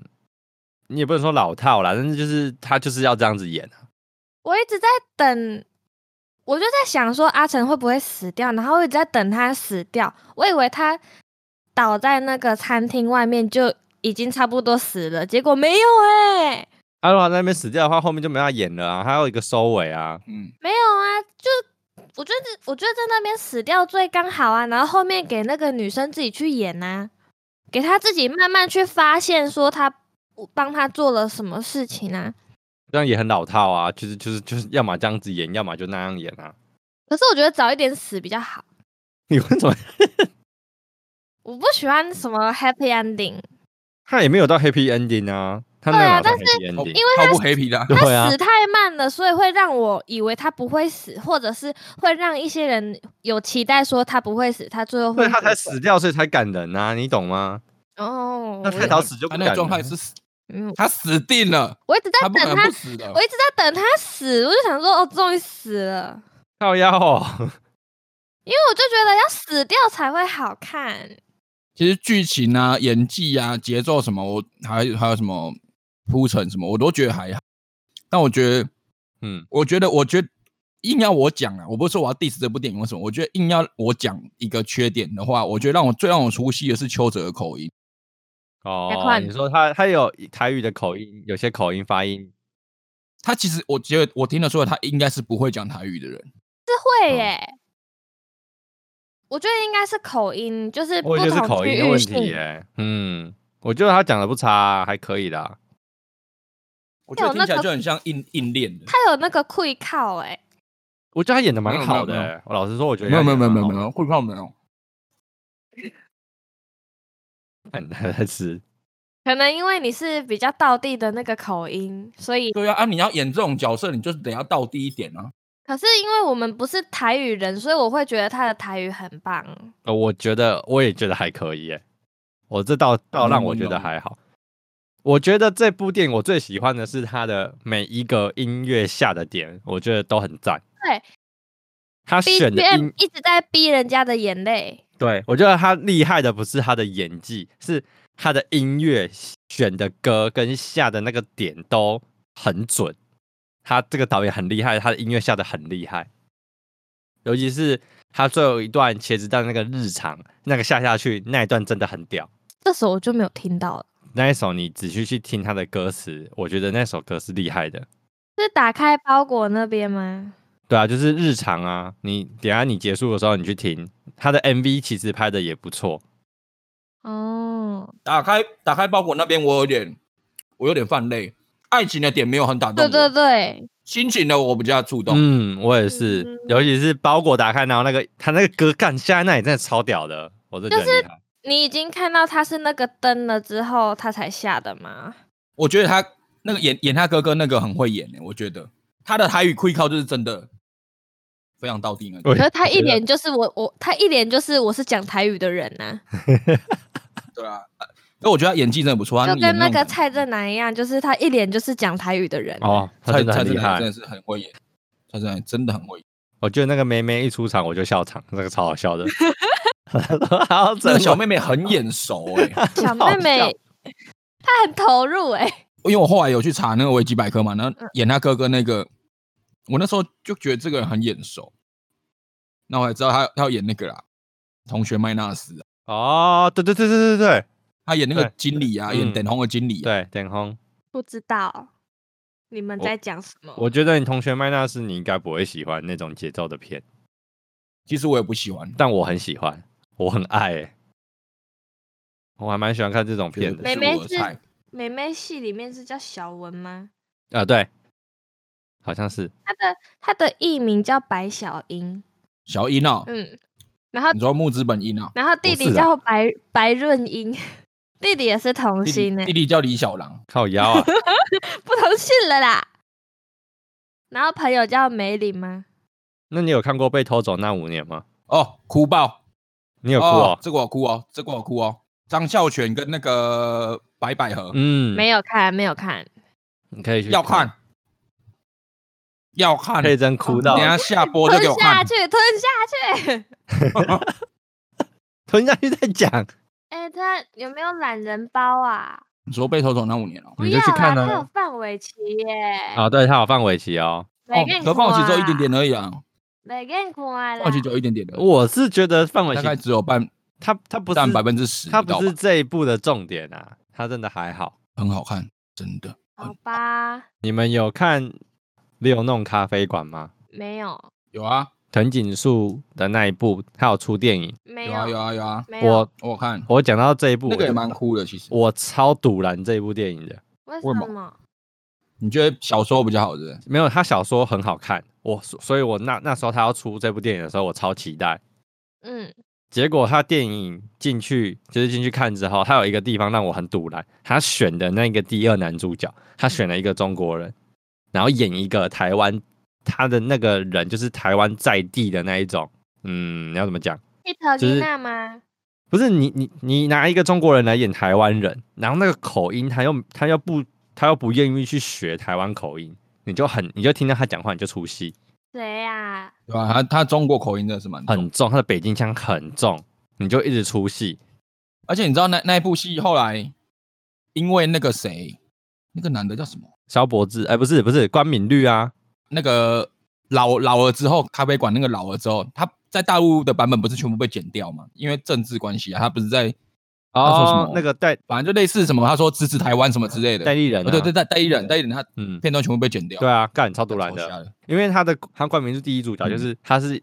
S1: 你也不能说老套啦，但是就是她就是要这样子演啊。
S2: 我一直在等我就在想说阿成会不会死掉，然后我一直在等他死掉。我以为他倒在那个餐厅外面就已经差不多死了，结果没有哎、
S1: 阿啊如果他在那边死掉的话，后面就没法演了啊，还有一个收尾啊。
S3: 嗯，
S2: 没有啊，就我觉得我觉得在那边死掉最刚好啊，然后后面给那个女生自己去演啊，给她自己慢慢去发现说她我帮她做了什么事情啊。
S1: 这样也很老套啊，就是就是就是，要么这样子演，要么就那样演啊。
S2: 可是我觉得早一点死比较好，
S1: 你为什么？
S2: 我不喜欢什么 happy ending，
S1: 他也没有到 happy ending 啊，他没
S2: 对
S1: 有
S2: 啊
S1: 拿到
S2: 但
S1: happy
S3: 超
S1: ending，
S2: 为
S3: 超不 happy 的啊、
S1: 对啊
S2: 死，太慢了，所以会让我以为她不会死，或者是会让一些人有期待说她不会死，她最后
S1: 所
S2: 会
S1: 以他才
S2: 死
S1: 死掉，所以才感人啊，你懂吗？
S2: 哦。
S1: 那
S2: 我
S1: 太
S2: 也
S1: 早死就不
S3: 他
S1: 感啊
S3: 那个
S1: 人
S3: 状态是死，
S2: 嗯，
S3: 他死定了，
S2: 我一直在
S3: 他不可
S2: 等
S3: 能
S2: 她
S3: 不死的
S2: 我。一直在等他死，我就想说，哦，终于死了，
S1: 靠腰哦，
S2: 因为我就觉得要死掉才会好看。
S3: 其实剧情啊、演技啊、节奏什么，我还有还有什么铺陈什么，我都觉得还好。但我觉得，
S1: 嗯，
S3: 我觉得，我觉得硬要我讲啊，我不是说我要 diss 这部电影为什么，我觉得硬要我讲一个缺点的话，我觉得让我最让我出戏的是邱泽的口音。
S1: 哦，
S2: 快
S1: 你说他他有台语的口音，有些口音发音，
S3: 他其实我觉得我听得出来，他应该是不会讲台语的人。
S2: 会
S1: 嗯
S2: 耶，我觉得应该是口音，就是不
S1: 我觉得是
S2: 同
S1: 口
S2: 区
S1: 音的
S2: 域
S1: 问
S2: 性。
S1: 题耶、嗯，我觉得他讲的不差啊、还可以啦。
S3: 我觉得
S2: 有
S3: 听起
S2: 那
S3: 来
S2: 个
S3: 就很像硬硬练的。
S2: 他有那个跪靠，哎，
S1: 我觉得他演的
S3: 没
S1: 蛮
S3: 有
S1: 好的
S3: 没有
S1: 欸、
S3: 没
S1: 我老实说，我觉得
S3: 没有
S1: 他
S3: 没有
S1: 演
S3: 没
S1: 得
S3: 有没
S1: 蛮好
S3: 有没
S1: 的，
S3: 有，会看没有。
S1: 很难 在吃。
S2: 可能因为你是比较道地的那个口音，所以
S3: 对啊，啊，你要演这种角色，你就是得要到低一点啊。
S2: 可是因为我们不是台语人，所以我会觉得他的台语很棒。
S1: 呃，我觉得我也觉得还可以耶、我这倒倒让我觉得还好。我觉得这部电影我最喜欢的是它的每一个音乐下的点，我觉得都很赞。
S2: 对，
S1: 他选的
S2: BGM
S1: 音，
S2: 一直在逼人家的眼泪，
S1: 对我觉得他厉害的不是他的演技，是他的音乐选的歌跟下的那个点都很准。他这个导演很厉害，他的音乐下的很厉害，尤其是他最后一段茄子蛋那个日常那个下下去那一段真的很屌。
S2: 这首我就没有听到了。
S1: 那一首你仔细去听他的歌词，我觉得那首歌是厉害的。
S2: 是打开包裹那边吗？
S1: 对啊，就是日常啊，你等一下你结束的时候你去听他的 MV，其实拍的也不错。
S2: 哦，
S3: 打开打开包裹那边，我有点我有点泛泪。爱情的点没有很打动
S2: 对
S3: 我，
S2: 对对，
S3: 心情的我比较触动。
S1: 嗯，我也是，
S2: 嗯
S1: 尤其是包裹打开，然后那个他那个歌干下在那里真的超屌的，我真的觉得厉害。
S2: 你已经看到他是那个灯了之后，他才下的吗？
S3: 我觉得他那个演演他哥哥那个很会演、欸，我觉得他的台语 quick call 就是真的非常到地那个。
S1: 我
S2: 可是他一
S1: 觉得
S2: 脸就是我我他一脸就是我是讲台语的人啊呐、
S3: 对啊，那我觉得他演技真的不错，他
S2: 就跟那个蔡
S3: 正
S2: 正南一样，就是他一脸就是讲台语的人。
S1: 哦，他
S3: 蔡
S1: 真的
S3: 蔡
S1: 很
S3: 正
S1: 厉
S3: 南
S1: 害
S3: 真。的是很会演，蔡正南真的很会演。
S1: 我觉得那个妹妹一出场我就笑场，那个超好 笑的。 好
S3: 这
S1: 整
S3: 个小妹妹很眼熟哎、
S2: 小妹妹，她很投入哎、
S3: 因为我后来有去查那个维基百科嘛，
S2: 嗯
S3: 然后演他哥哥那个，我那时候就觉得这个人很眼熟，那我才知道他他要演那个啦，同学麦纳斯啊、
S1: 哦，对对对对对对
S3: 他演那个
S1: 对
S3: 经理啊，
S1: 嗯
S3: 演等红的经理、啊，
S1: 对，点红。
S2: 不知道你们
S1: 我
S2: 在讲什么？
S1: 我觉得你同学麦纳斯你应该不会喜欢那种节奏的片，
S3: 其实我也不喜欢，
S1: 但我很喜欢，我很爱、欸，我还蛮喜欢看这种
S3: 觉
S1: 片
S3: 得
S1: 的
S3: 不
S2: 没
S3: 是
S2: 妹妹
S3: 我的
S2: 是
S3: 菜。
S2: 妹妹戏里面是叫小文吗？
S1: 啊。对，好像是
S2: 她的她的艺名叫白小英，
S3: 小英哦，
S2: 嗯，然后
S3: 你说木资本英哦，
S2: 然后弟
S1: 哦
S2: 弟
S1: 是啊
S2: 叫白、白润英，弟弟也是欸同
S3: 弟
S2: 性呢、
S3: 弟弟弟叫李小狼，
S1: 靠腰 啊，
S2: 不同性了啦。然后朋友叫梅林吗？
S1: 那你有看过《被偷走那五年》吗？
S3: 哦，哭爆，
S1: 你有哭哦？
S3: 这个我哭哦，这个我哭哦，张孝全跟那个白百合、
S1: 嗯，
S2: 没有看，没有看。
S1: 你可以去
S3: 要看，要看，
S1: 佩珍哭到
S3: 等 一下下播就
S2: 吞
S3: 给我
S2: 下
S3: 看。
S2: 去，吞下去。
S1: 吞下去再讲，
S2: 哎、他有没有懒人包啊？
S3: 你说被偷走那五年哦，
S2: 不
S1: 你
S2: 要
S1: 就
S2: 啦，
S1: 去看
S2: 他有
S1: 啊。
S2: 范玮琪耶。
S1: 啊，对他有放尾期哦，
S2: 没跟你
S3: 可
S2: 说
S3: 放弃只有一
S2: 啊
S3: 点点而已啊。
S2: 没给你看啦
S3: 放。弃就一点点的，
S1: 我是觉得范玮
S3: 大概
S1: 琪
S3: 只有半
S1: 他他不是
S3: 占百分之十，
S1: 他不是这一部的重点啊，他真的还好。
S3: 很好看，真的。
S2: 好吧，
S1: 你们有看《六弄咖啡馆》吗？
S2: 没有，
S3: 有啊，
S1: 藤井树的那一部，他有出电影。
S2: 没
S3: 有啊，有
S2: 有，
S3: 啊，有啊，
S2: 没有。
S1: 我
S3: 我有看
S1: 我讲到这一部，
S3: 那
S1: 我
S3: 个也
S1: 就
S3: 蛮酷的。其实
S1: 我超堵拦这一部电影的。
S2: 为
S3: 为什么
S2: 什么？
S3: 你觉得小说比较好是不是？
S1: 没有，他小说很好看，我所以，我那那时候他要出这部电影的时候，我超期待。
S2: 嗯，
S1: 结果他电影进去，就是进去看之后，他有一个地方让我很堵然，他选的那个第二男主角，他选了一个中国人，然后演一个台湾，他的那个人就是台湾在地的那一种，嗯，你要怎么讲？
S2: 是特
S1: 就是
S2: 吉娜吗？
S1: 不是你你你拿一个中国人来演台湾人，然后那个口音他又他又不他又不愿意去学台湾口音，你就很你就听到他讲话你就出戏，
S2: 谁啊呀？
S3: 对吧、他他中国口音真的是蛮重
S1: 很重，他的北京腔很重，你就一直出戏。
S3: 而且你知道那那一部戏后来因为那个谁，那个男的叫什么？
S1: 萧伯志，哎、不是不是关敏律啊，
S3: 那个老老了之后，咖啡馆那个老了之后，他在大陆的版本不是全部被剪掉吗？因为政治关系啊，他不是在他说什么
S1: 哦那个代
S3: 反正就类似什么，他说支持台湾什么之类的。
S1: 代理人、
S3: 哦对对，代代理人，代理人他
S1: 嗯，
S3: 片段全部被剪掉。
S1: 对啊，干超
S3: 超
S1: 独揽
S3: 瞎嗯
S1: 的，因为他的他冠名是第一主角，就是他是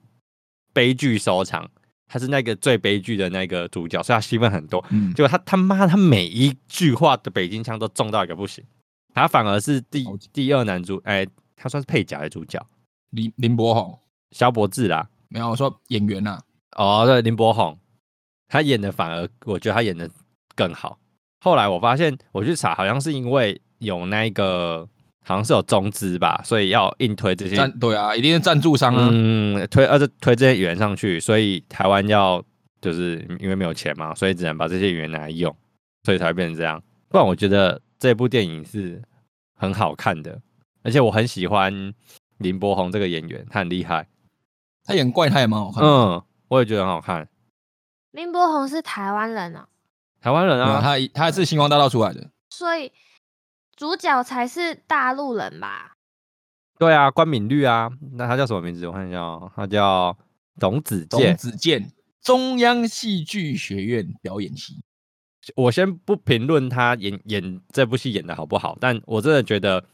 S1: 悲剧收场，他是那个最悲剧的那个主角，所以他戏份很多。
S3: 嗯，
S1: 结果他他妈他每一句话的北京腔都重到一个不行，他反而是第
S3: 好紧
S1: 第二男主，哎、他算是配角的主角，
S3: 林林柏宏
S1: 萧伯志啦，
S3: 没有我说演员呐、啊，
S1: 哦，对，林柏宏，他演的反而我觉得他演的更好。后来我发现我去查，好像是因为有那个好像是有中资吧，所以要硬推这些，
S3: 赞对啊，一定是赞助商啊。
S1: 嗯，推而且推这些语言上去，所以台湾要就是因为没有钱嘛，所以只能把这些语言拿来用，所以才会变成这样。不然我觉得这部电影是很好看的，而且我很喜欢林柏宏这个演员，他很厉害。
S3: 他演怪他也蛮好看的，
S1: 嗯，我也觉得很好看，
S2: 林柏宏是台湾人哦，
S1: 台湾人
S3: 对啊，
S1: 啊，
S3: 他他是星光大道出来的，
S2: 所以主角才是大陆人吧？
S1: 对啊，关敏律啊，那他叫什么名字？我看一下哦，他叫董子
S3: 董
S1: 健。
S3: 子健，中央戏剧学院表演系。
S1: 我先不评论他演演这部戏演的好不好，但我真的觉得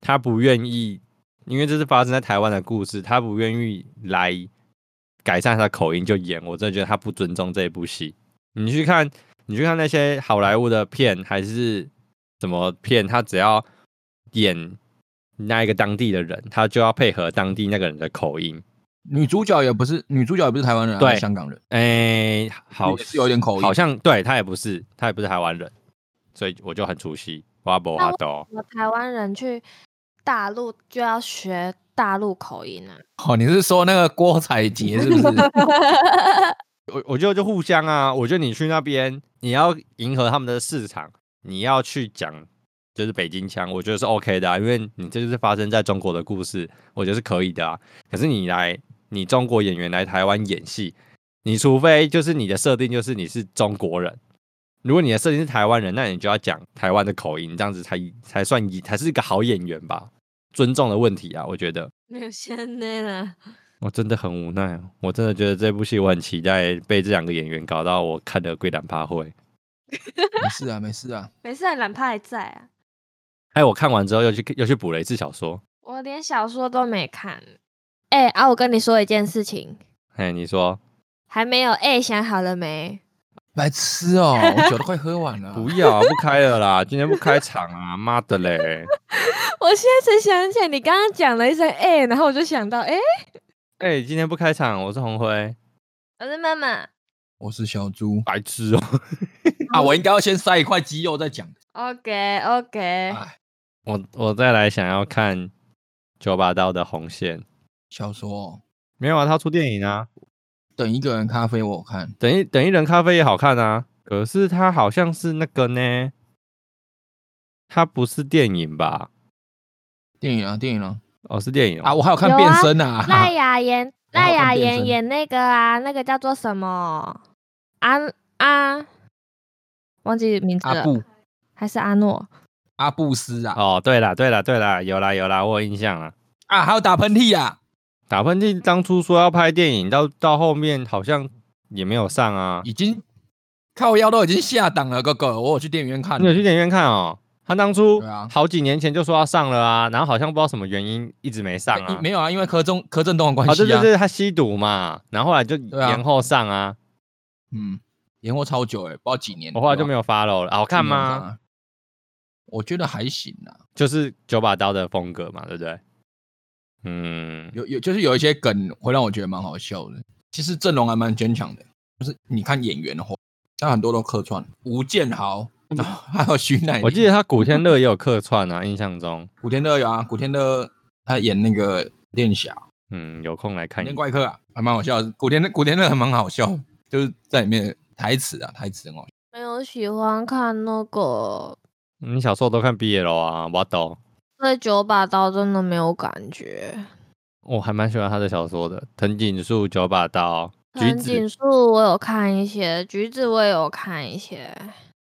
S1: 他不愿意，因为这是发生在台湾的故事，他不愿意来改善他的口音就演，我真的觉得他不尊重这一部戏。你去看，你去看那些好莱坞的片还是什么片，他只要演那一个当地的人，他就要配合当地那个人的口音。
S3: 女主角也不是女主角也不是台湾人、啊，
S1: 对
S3: 是香港人，
S1: 哎、好
S3: 也是有点口音，
S1: 好像对他也不是，他也不是台湾人，所以我就很出戏，哇不哈都。
S2: 我台湾人去大陆就要学大陆口音啊？
S3: 哦，你是说那个郭采洁是不 是？
S1: 我我觉得就互相啊，我觉得你去那边，你要迎合他们的市场，你要去讲就是北京腔，我觉得是 OK 的、啊，因为你这就是发生在中国的故事，我觉得是可以的啊。可是你来，你中国演员来台湾演戏，你除非就是你的设定就是你是中国人，如果你的设定是台湾人，那你就要讲台湾的口音，这样子才才算才是一个好演员吧，尊重的问题啊，我觉得。
S2: 没有现在 了。
S1: 我真的很无奈哦，我真的觉得这部戏我很期待被这两个演员搞到我看的龟胆趴会。
S3: 没事啊，没事啊，
S2: 没事，懒怕还在啊。
S1: 哎，我看完之后又去又去补了一次小说。
S2: 我连小说都没看。哎、啊，我跟你说一件事情，
S1: 哎，你说
S2: 还没有哎、想好了没？
S3: 白痴哦，我酒都快喝完了。
S1: 不要啊、不开了啦，今天不开场啊，妈的 嘞！
S2: 我现在才想起来，你刚刚讲了一声哎、然后我就想到哎、
S1: 哎，今天不开场，我是红辉，
S2: 我是妈妈。
S3: 我是小猪
S1: 白痴哦、
S3: 啊，我应该要先塞一块鸡肉再讲。
S2: OK OK，
S3: 哎，
S1: 我我再来想要看九把刀的红线，
S3: 小说哦、
S1: 没有啊，他出电影啊，
S3: 等一个人咖啡我有看，
S1: 等一等一人咖啡也好看啊，可是他好像是那个呢，他不是电影吧？
S3: 电影啊，电影啊，
S1: 哦，是电影哦
S3: 啊，我还有看
S2: 有啊
S3: 变身啊，
S2: 赖雅妍，
S3: 然后
S2: 赖雅
S3: 看变
S2: 妍
S3: 身
S2: 演那个啊，那个叫做什么？安啊，忘记名字
S3: 阿
S2: 了，
S3: 布
S2: 还是阿诺？
S3: 阿布斯啊，
S1: 哦，对啦，对啦，对啦，有啦，有啦，我有印象啦。
S3: 啊，还有打喷嚏啊，
S1: 打喷嚏当初说要拍电影，到到后面好像也没有上啊。
S3: 已经靠腰都已经下档了，哥哥，我有去电影院看
S1: 你，有去电影院看哦？他当初
S3: 对啊
S1: 好几年前就说要上了啊，然后好像不知道什么原因一直没上
S3: 因
S1: 啊。
S3: 没有啊，因为柯震柯震东的关
S1: 啊，对
S3: 系
S1: 对
S3: 啊，
S1: 对，他吸毒嘛，然后后来就
S3: 对啊
S1: 延后上啊，
S3: 嗯，延后超久哎、不知道几年，
S1: 我后来就没
S3: 有
S1: 有 follow 了。好看
S3: 啊
S1: 吗？？
S3: 我觉得还行啊，
S1: 就是九把刀的风格嘛，对不对？嗯，
S3: 有有就是有一些梗会让我觉得蛮好笑的。其实阵容还蛮坚强的，就是你看演员的话，他很多都客串，吴建 豪，然后还有徐乃麟，
S1: 嗯我记得他古天乐也有客串啊，印象中，
S3: 古天乐有啊，古天乐他演那个练侠，
S1: 嗯，有空来看一下。
S3: 练怪客啊，还蛮好笑的。古天乐古天乐还蛮好笑，就是在里面的台词啊，台词很好笑。
S2: 没有喜欢看那个，
S1: 你小时候都看 BL 啊，我懂。
S2: 对九把刀真的没有感觉。
S1: 我还蛮喜欢他的小说的，《藤井树九把刀》橘
S2: 藤
S1: 子
S2: 井树我有看一些，橘子我也有看一些，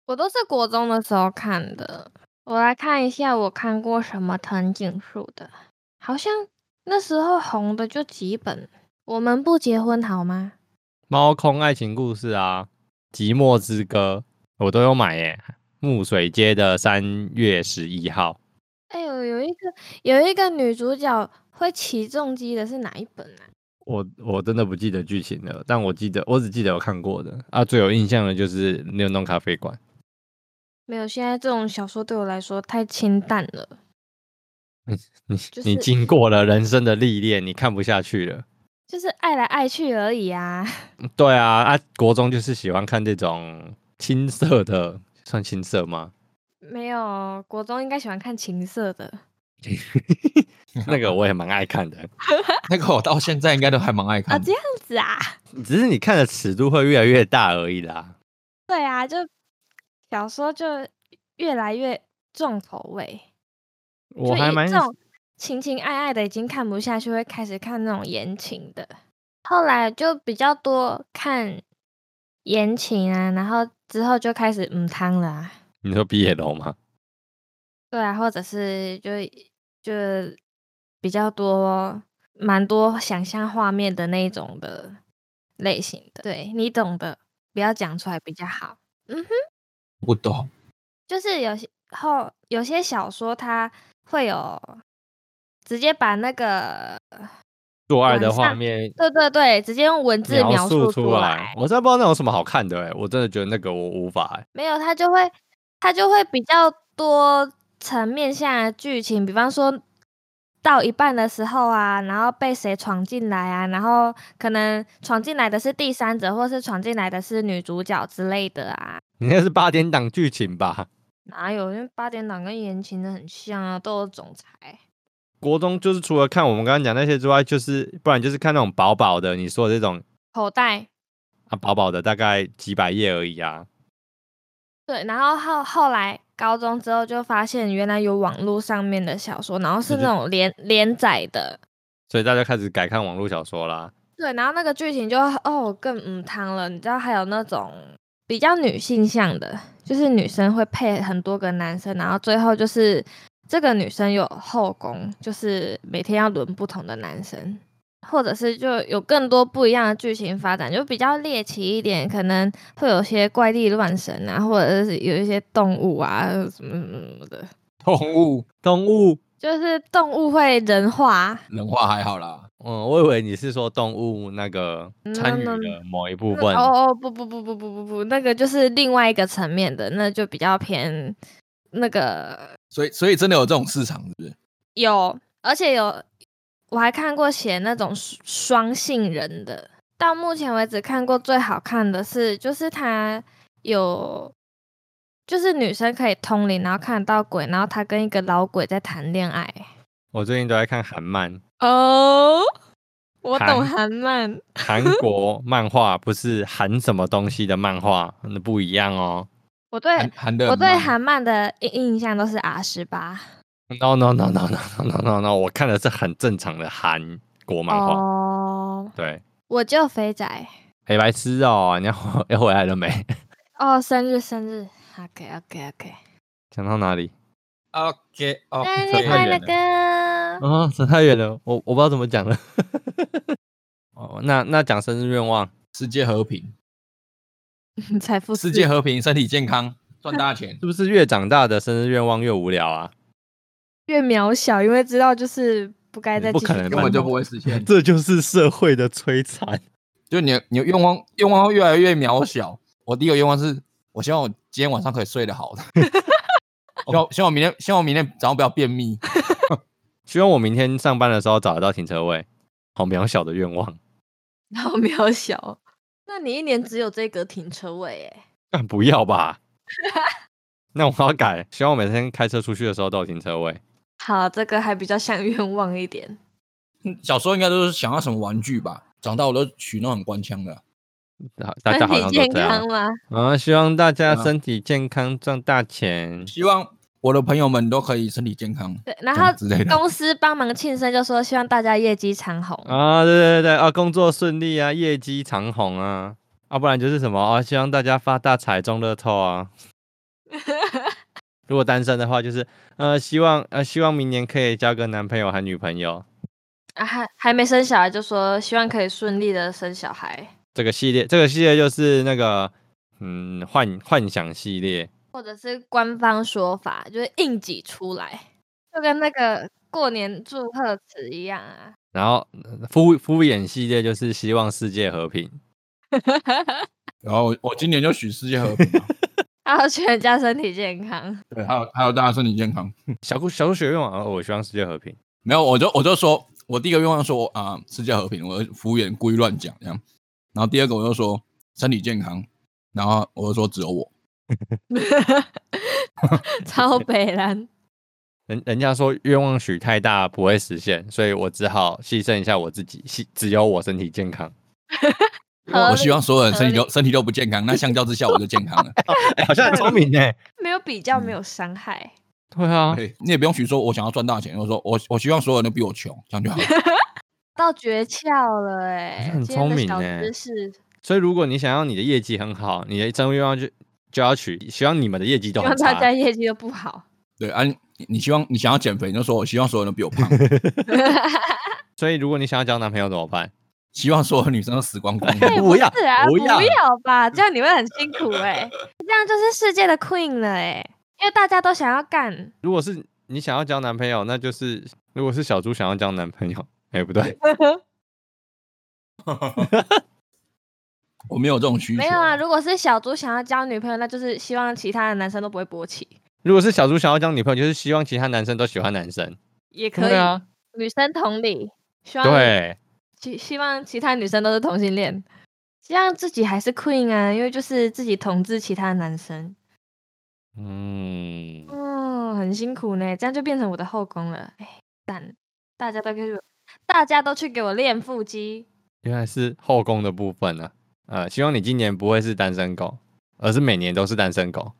S2: 我都是国中的时候看的。我来看一下我看过什么藤井树的，好像那时候红的就几本。我们不结婚好吗？
S1: 猫空爱情故事啊，《寂寞之歌》我都有买耶，木水街的三月十一号，
S2: 哎呦，有一个有一个女主角会起重机的是哪一本啊？
S1: 我我真的不记得剧情了，但我记得我只记得我看过的啊，最有印象的就是牛洞咖啡馆。
S2: 没有，现在这种小说对我来说太清淡了。
S1: 你
S2: 就
S1: 你
S2: 是
S1: 经过了人生的历练，你看不下去了。
S2: 就是爱来爱去而已啊。
S1: 对啊，啊，国中就是喜欢看这种青涩的，算青涩 吗？
S2: 没有，国中应该喜欢看情色的。
S1: 那个我也蛮爱看的，
S3: 那个我到现在应该都还蛮爱
S2: 啊，
S3: 看的
S2: 这。样子啊？
S1: 只是你看的尺度会越来越大而已啦。
S2: 对啊，就小说就越来越重口味。
S1: 我
S2: 就
S1: 还
S2: 一
S1: 蛮
S2: 这种情情爱爱的，已经看不下去，会开始看那种言情的。后来就比较多看言情啊，然后之后就开始嗯汤了、啊。
S1: 你说毕业楼吗？
S2: 对啊，或者是就就比较多蛮多想象画面的那一种的类型的，对你懂的，不要讲出来比较好。
S3: 不懂，
S2: 就是有些后有些小说它会有直接把那个
S1: 做爱的
S2: 晚
S1: 画
S2: 上
S1: 面
S2: 对对对，直接用文字描
S1: 述
S2: 出
S1: 来，我真的不知道那有什么好看的哎、我真的觉得那个我无法、欸。
S2: 没有，它就会它就会比较多层面下的剧情，比方说到一半的时候啊，然后被谁闯进来啊，然后可能闯进来的是第三者，或是闯进来的是女主角之类的啊。
S1: 你那是八点档剧情吧？
S2: 哪有？因为八点档跟言情的很像啊，都有总裁。
S1: 国中就是除了看我们刚刚讲那些之外，就是不然就是看那种薄薄的，你说的这种
S2: 口袋
S1: 啊薄薄的大概几百页而已啊。
S2: 对，然后后后来高中之后就发现，原来有网络上面的小说，然后是
S1: 就
S2: 那
S1: 是
S2: 种连连载的，
S1: 所以大家开始改看网络小说啦。
S2: 对，然后那个剧情就哦更嗯汤了，你知道还有那种比较女性向的，就是女生会配很多个男生，然后最后就是这个女生有后宫，就是每天要轮不同的男生，或者是就有更多不一样的剧情发展，就比较猎奇一点，可能会有些怪力乱神啊，或者是有一些动物啊什么什么什么的，
S3: 动物
S1: 动物，
S2: 就是动物会人化。
S3: 人话还好啦，
S1: 嗯，我以为你是说动物那个参与
S2: 嗯那
S1: 了某一部
S2: 那
S1: 分，
S2: 哦哦不不不不不不不，那个就是另外一个层面的，那就比较偏那个
S3: 所以所以真的有这种市场是不是？
S2: 有，而且有我还看过写那种双双性人的。到目前为止看过最好看的是，就是他有，就是女生可以通灵，然后看得到鬼，然后他跟一个老鬼在谈恋爱。
S1: 我最近都在看韩漫，
S2: 哦，我
S1: 懂
S2: 懂韩漫，
S1: 韩国漫画不是韩什么东西的漫画，那不一样哦。
S2: 我对
S3: 韩韩的
S2: 我
S3: 很
S2: 对
S3: 慢
S2: 韩漫的印印象都是 R 十八。
S1: No no no no no no no no，, no 我看的是很正常的韩国漫画。
S2: 哦，
S1: 对，
S2: 我就肥仔
S1: 黑白痴哦，你要回要回来了没？
S2: 哦，生日生日，OK OK OK，
S1: 讲到哪里
S3: OK 哦，
S2: 生
S1: 扯
S2: 日
S1: 太
S2: 快
S1: 远
S2: 乐
S1: 了
S2: 歌，
S1: 哦啊？扯太远了，我我不知道怎么讲了。 哦，那那讲生日愿望，
S3: 世界和平，
S2: 财富
S3: 世
S2: 自
S3: 界
S2: 由
S3: 和平，身体健康，赚大 钱
S1: 是。不是越长大的生日愿望越无聊啊？
S2: 越渺小，因为知道就是不该再
S1: 不
S2: 继
S1: 可
S2: 续
S1: 能
S2: 做
S3: 根本
S1: 办
S3: 就
S1: 到
S3: 不会实现，
S1: 这就是社会的摧残。
S3: 就你的你的愿望愿望会越来越渺小。我第一个愿望是，我希望我今天晚上可以睡得好， 希望希望我明天希望我明天早上不要便秘。
S1: 希望我明天上班的时候找得到停车位，好渺小的愿望。
S2: 好渺小。 那你一年只有这个停车位哎，
S1: 但不要吧。那我要改，希望我每天开车出去的时候都有停车位。
S2: 好，这个还比较像愿望一点。
S3: 小时候应该都是想要什么玩具吧，长大我都取那种很官腔的。
S1: 大大家
S2: 身
S1: 好
S2: 体
S1: 像都
S2: 健
S1: 这
S2: 康
S1: 样
S2: 吗？
S1: 啊！希望大家
S3: 对啊
S1: 身体健康，赚大钱。
S3: 希望我的朋友们都可以身体健康。
S2: 对，
S1: 嗯
S2: 然
S3: 什么
S2: 后
S3: 之类的
S2: 公司帮忙庆生，就说希望大家业绩长虹。
S1: 啊，对对对对啊，工作顺利啊，业绩长虹啊，啊，不然就是什么啊，希望大家发大财、中乐透啊。如果单身的话，就是呃，希望呃，希望明年可以交个男朋友和女朋友。
S2: 啊，还还没生小孩，就说希望可以顺利的生小孩，
S1: 这个系列，这个系列就是那个嗯，幻幻想系列。
S2: 或者是官方说法，就是硬挤出来， 就跟那个过年祝贺词一样啊。
S1: 然后呃敷敷衍系列就是希望世界和平。
S3: 然后我我今年就许世界和平嘛，
S2: 然后全家身体健 康，
S3: 对，还有还有大家身体健康。
S1: 小顾小顾学院网，呃我希望世界和平。
S3: 没有，我就我就说，我第一个愿望说啊、世界和平，我服务员故意乱讲这样。然后第二个我就说身体健康，然后我就说只有我。
S2: 超北蓝。
S1: 人人家说愿望许太大不会实现，所以我只好牺牲一下我自己，牺只有我身体健康。
S2: 合
S3: 我
S2: 理
S3: 希望所有人身体
S2: 合理
S3: 都身体都不健康，那相较之下我就健康了。
S1: 哎、好像很 聪明呢。
S2: 没有比较，
S3: 嗯
S2: 没有伤害。
S1: 对啊，
S3: 对，你也不用许说我想要赚大钱，我说我我希望所有人都比我穷，这样就好了。
S2: 到诀窍了哎、
S1: 很
S2: 今天
S1: 聪
S2: 的
S1: 明
S2: 小
S1: 欸
S2: 知识，
S1: 所以如果你想要你的业绩很好，你的生日愿望就就要取，希望你们的业绩
S2: 希
S1: 都
S2: 望
S1: 很
S2: 大
S1: 差。
S2: 家业绩都 不好。
S3: 对啊，你你希望你想要减肥，你就说我希望所有人都比我胖，
S1: 所以如果你想要交男朋友怎么办？
S3: 希望所有女生都死光光。
S1: 哎不要
S2: 是啊，
S1: 不
S2: 不
S1: 要
S2: 要吧，这样你会很辛苦哎、这样就是世界的 queen 了哎、因为大家都想要干，
S1: 如果是你想要交男朋友，那就是如果是小猪想要交男朋友，哎、不对，
S3: 我没有这种需求。
S2: 没有啊。如果是小猪想要交女朋友，那就是希望其他的男生都不会勃起，
S1: 如果是小猪想要交女朋友，就是希望其他男生都喜欢男生。
S2: 也可以。
S1: 对啊，
S2: 女生同理，希望
S1: 对，
S2: 希希望其他女生都是同性恋，希望自己还是 queen 啊，因为就是自己统治其他的男生。
S1: 嗯，
S2: 哦，很辛苦呢，这样就变成我的后宫了。哎，但大家都给我，大家都去给我练腹肌。
S1: 原来是后宫的部分呢、呃，希望你今年不会是单身狗，而是每年都是单身狗。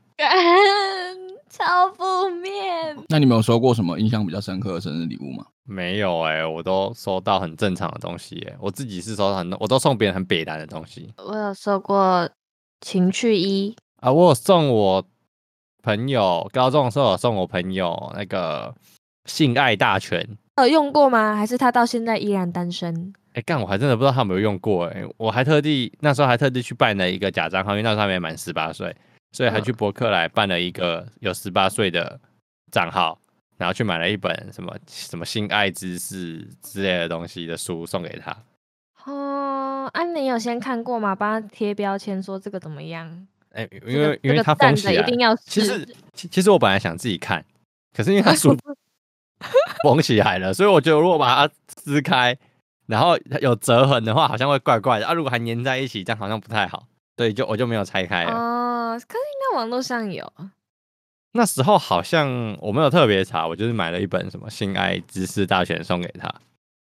S2: 超负面，
S3: 那你们有收过什么印象比较深刻的生日礼物吗？
S1: 没有哎、我都收到很正常的东西哎、我自己是收到很，我都送别人很北南的东西
S2: 我有收过情趣衣，
S1: 啊。我有送我朋友，高中的时候有送我朋友那个性爱大全，
S2: 有用过吗？还是他到现在依然单身？
S1: 哎、干，我还真的不知道他有没有用过哎、我还特地那时候还特地去办了一个假账号，因为那时候还没满十八岁，所以还
S2: 嗯
S1: 去博客来办了一个有十八岁的账号，然后去买了一本什么什么性爱知识之类的东西的书送给他。
S2: 哦，啊，你有先看过吗？帮他贴标签，说这个怎么样？
S1: 哎、
S2: 这
S1: 因
S2: 个
S1: 为、因
S2: 这
S1: 为
S2: 个
S1: 他
S2: 站
S1: 封起
S2: 着一
S1: 来，
S2: 定要
S1: 其
S2: 试
S1: 实其其实我本来想自己看，可是因为他 书缝起来了，所以我觉得如果把它撕开，然后有折痕的话，好像会怪怪的啊。如果还粘在一起，这样好像不太好，所以就我就没有拆开了。
S2: 哦，可是应该网络上有。
S1: 那时候好像我没有特别查，我就是买了一本什么《性爱知识大全》送给他。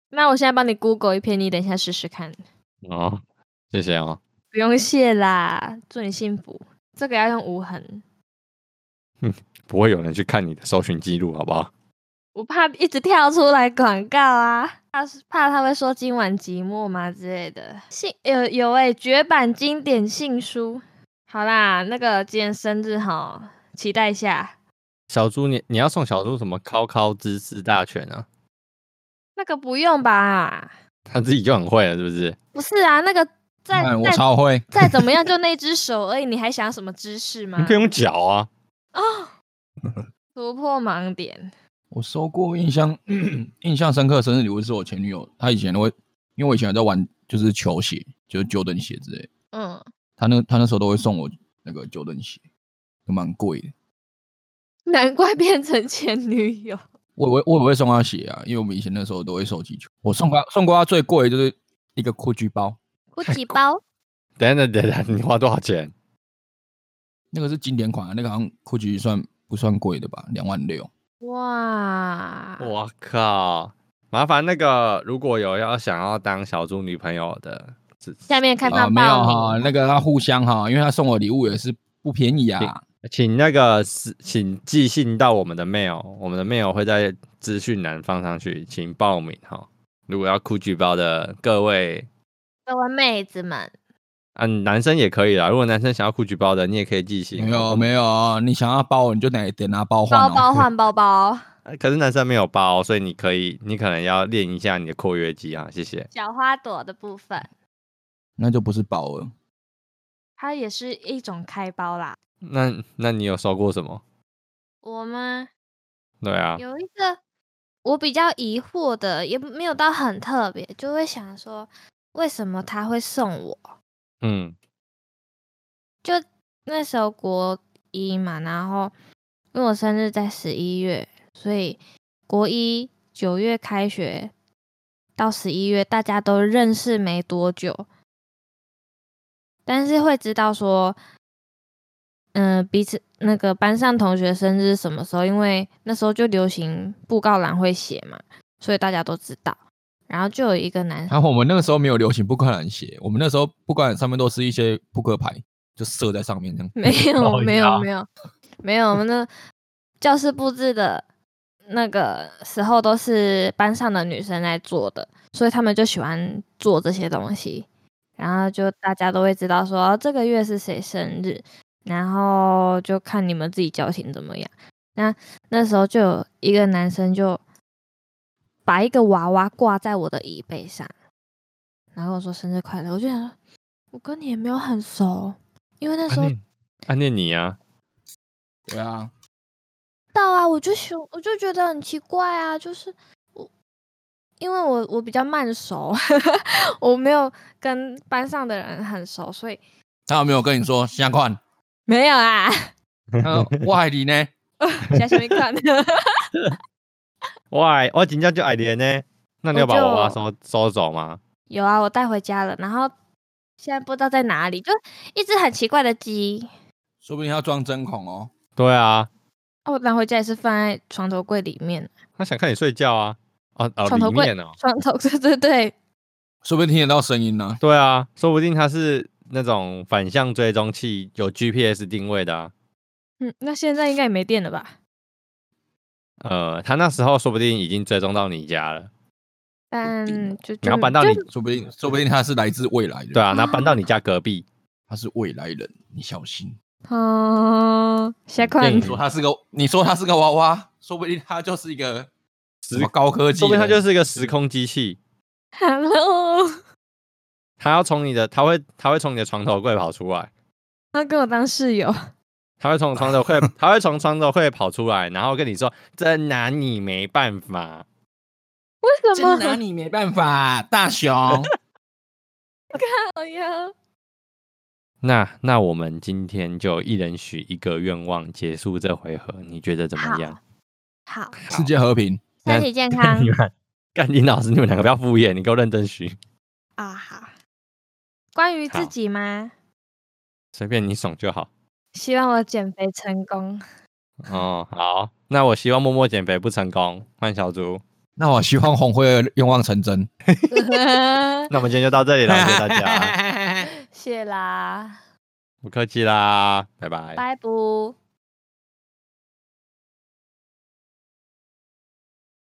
S2: 那我现在帮你 Google 一篇，你等一下试试看。
S1: 哦，谢谢哦。
S2: 不用谢啦，祝你幸福。这个要用无痕，
S1: 不会有人去看你的搜寻记录，好不好？
S2: 我怕一直跳出来广告啊，怕是怕他会说今晚寂寞吗之类的。信有有哎、绝版经典信书。好啦，那个今天生日哈，期待一下。
S1: 小猪，你你要送小猪什么《考考知识大全》啊？
S2: 那个不用吧？
S1: 他自己就很会了，是不是？
S2: 不是啊，那个再
S3: 看哎我
S2: 再
S3: 超 会，
S2: 再怎么样就那只手而已，你还想什么姿势吗
S1: 你？可以用脚啊，
S2: 突破盲点，
S3: 我收过印象 印象深刻的生日礼物是我前女友，她以前都会，因为我以前有在玩就是球鞋，就是 Jordan 鞋之类的，
S2: 嗯，
S3: 她那她那时候都会送我那个 Jordan 鞋，都蛮贵的。
S2: 难怪变成前女 友。
S3: 我我我也会送她鞋啊，因为我们以前那时候都会收集球。我送她送过她最贵的就是一个 GUCCI 包，
S2: GUCCI 包
S1: 等等等等，你花多少钱？
S3: 那个是经典款、啊，那个好像 GUCCI 算不算贵的吧？两万六。
S2: 哇，
S1: 我靠！麻烦那个如果有要想要当小猪女朋友的，只
S2: 下面看
S3: 啊、
S2: 到
S3: 没有
S2: 报
S3: 哈，
S2: 名，
S3: 那个她互相哈，因为她送我礼物也是不便宜啊。
S1: 请那个私请寄信到我们的 mail，我们的 mail 会在资讯栏放上去，请报名哈。如果要酷举包的各位，
S2: 各位妹子们，
S1: 嗯、男生也可以啦。如果男生想要酷举包的，你也可以寄信。
S3: 没有没有，你想要包你就得得拿包换、
S2: 包
S3: 哦。
S2: 包换包包，
S1: 呃，可是男生没有包，所以你可以，你可能要练一下你的括约肌啊。谢谢。
S2: 小花朵的部分，
S3: 那就不是包了。
S2: 它也是一种开包啦。
S1: 那那你有收过什么？
S2: 我吗？
S1: 对啊，
S2: 有一个我比较疑惑的，也没有到很特别，就会想说，为什么他会送我？
S1: 嗯，
S2: 就那时候国一嘛，然后因为我生日在十一月，所以国一九月开学到十一月，大家都认识没多久，但是会知道说，嗯、彼此那个班上同学生日什么时候，因为那时候就流行布告栏会写嘛，所以大家都知道。然后就有一个男生，
S3: 然后我们那个时候没有流行不可染鞋，我们那时候不可染上面都是一些扑克牌，就射在上面这样。
S2: 没有，
S3: 靠
S2: 没有，
S3: 腰
S2: 没有，没有。我们那教室布置的那个时候都是班上的女生来做的，所以他们就喜欢做这些东西。然后就大家都会知道说、哦这个月是谁生日，然后就看你们自己交情怎么样。那那时候就有一个男生就把一个娃娃挂在我的椅背上，然后跟我说生日快乐。我就想说，我跟你也没有很熟，因为那时
S1: 暗
S2: 候
S1: 恋暗恋你啊，
S3: 对啊，
S2: 到啊，我就喜，我就觉得很奇怪啊，就是我，因为我我比较慢熟， 我没有跟班上的人很熟，所以
S3: 他有没有跟你说 下款？
S2: 没有啊，
S3: 他说呃我爱你呢，
S2: 在下面看，
S1: 哇，我请假哦就爱莲呢。那你要
S2: 我
S1: 把娃娃
S2: 就
S1: 收收走吗？
S2: 有啊，我带回家了，然后现在不知道在哪里，就一只很奇怪的鸡，
S3: 说不定要装针孔哦。
S1: 对啊，
S2: 哦，拿回家也是放在床头柜里面，
S1: 他想看你睡觉啊。哦哦，
S2: 床头
S1: 里
S2: 柜
S1: 面哦，
S2: 床头 对对对，
S3: 说不定听得到声音呢、
S1: 对啊，说不定他是那种反向追踪器，有 GPS 定位的、啊。
S2: 嗯，那现在应该也没电了吧？
S1: 呃，他那时候说不定已经追踪到你家了，
S2: 但
S3: 定
S2: 就
S1: 你
S2: 就
S1: 要搬到
S2: 就
S1: 你
S3: 说不定，说不定他是来自未来的，
S1: 对啊，然后搬到你家隔壁。
S3: 他是未来人，你小心。
S2: 嗯，下款
S1: 电
S3: 你说他是个，你说他是个娃娃，说不定他就是一个什么高 科技
S1: 说
S3: 人，
S1: 不定它就是一个时空机器，
S2: ，Hello。
S1: 它要从你的，它会，它会从你的床头柜跑出来，
S2: 他跟我当室友，
S1: 它会从床 头柜，它会从床头柜跑出来，然后跟你说，真拿你没办法。
S2: 为什么
S3: 真？拿你没办法，大雄。
S2: 哎呀，
S1: 那那我们今天就一人许一个愿望，结束这回合，你觉得怎么样？
S2: 好，
S3: 世界和平，
S2: 身体健 康
S1: 你看，干林老师，你们两个不要敷衍，你给我认真许，
S2: 啊，好。关于自
S1: 好
S2: 己吗？
S1: 随便你爽就好。
S2: 希望我减肥 成功。
S1: 哦，好，那我希望默默减肥不成功，换小猪。
S3: 那我希望红会的愿望成真。
S1: 那我们今天就到这里了，谢谢大 家，啊
S3: 家。
S2: 谢啦，
S1: 不客气啦，拜拜。
S2: 拜不。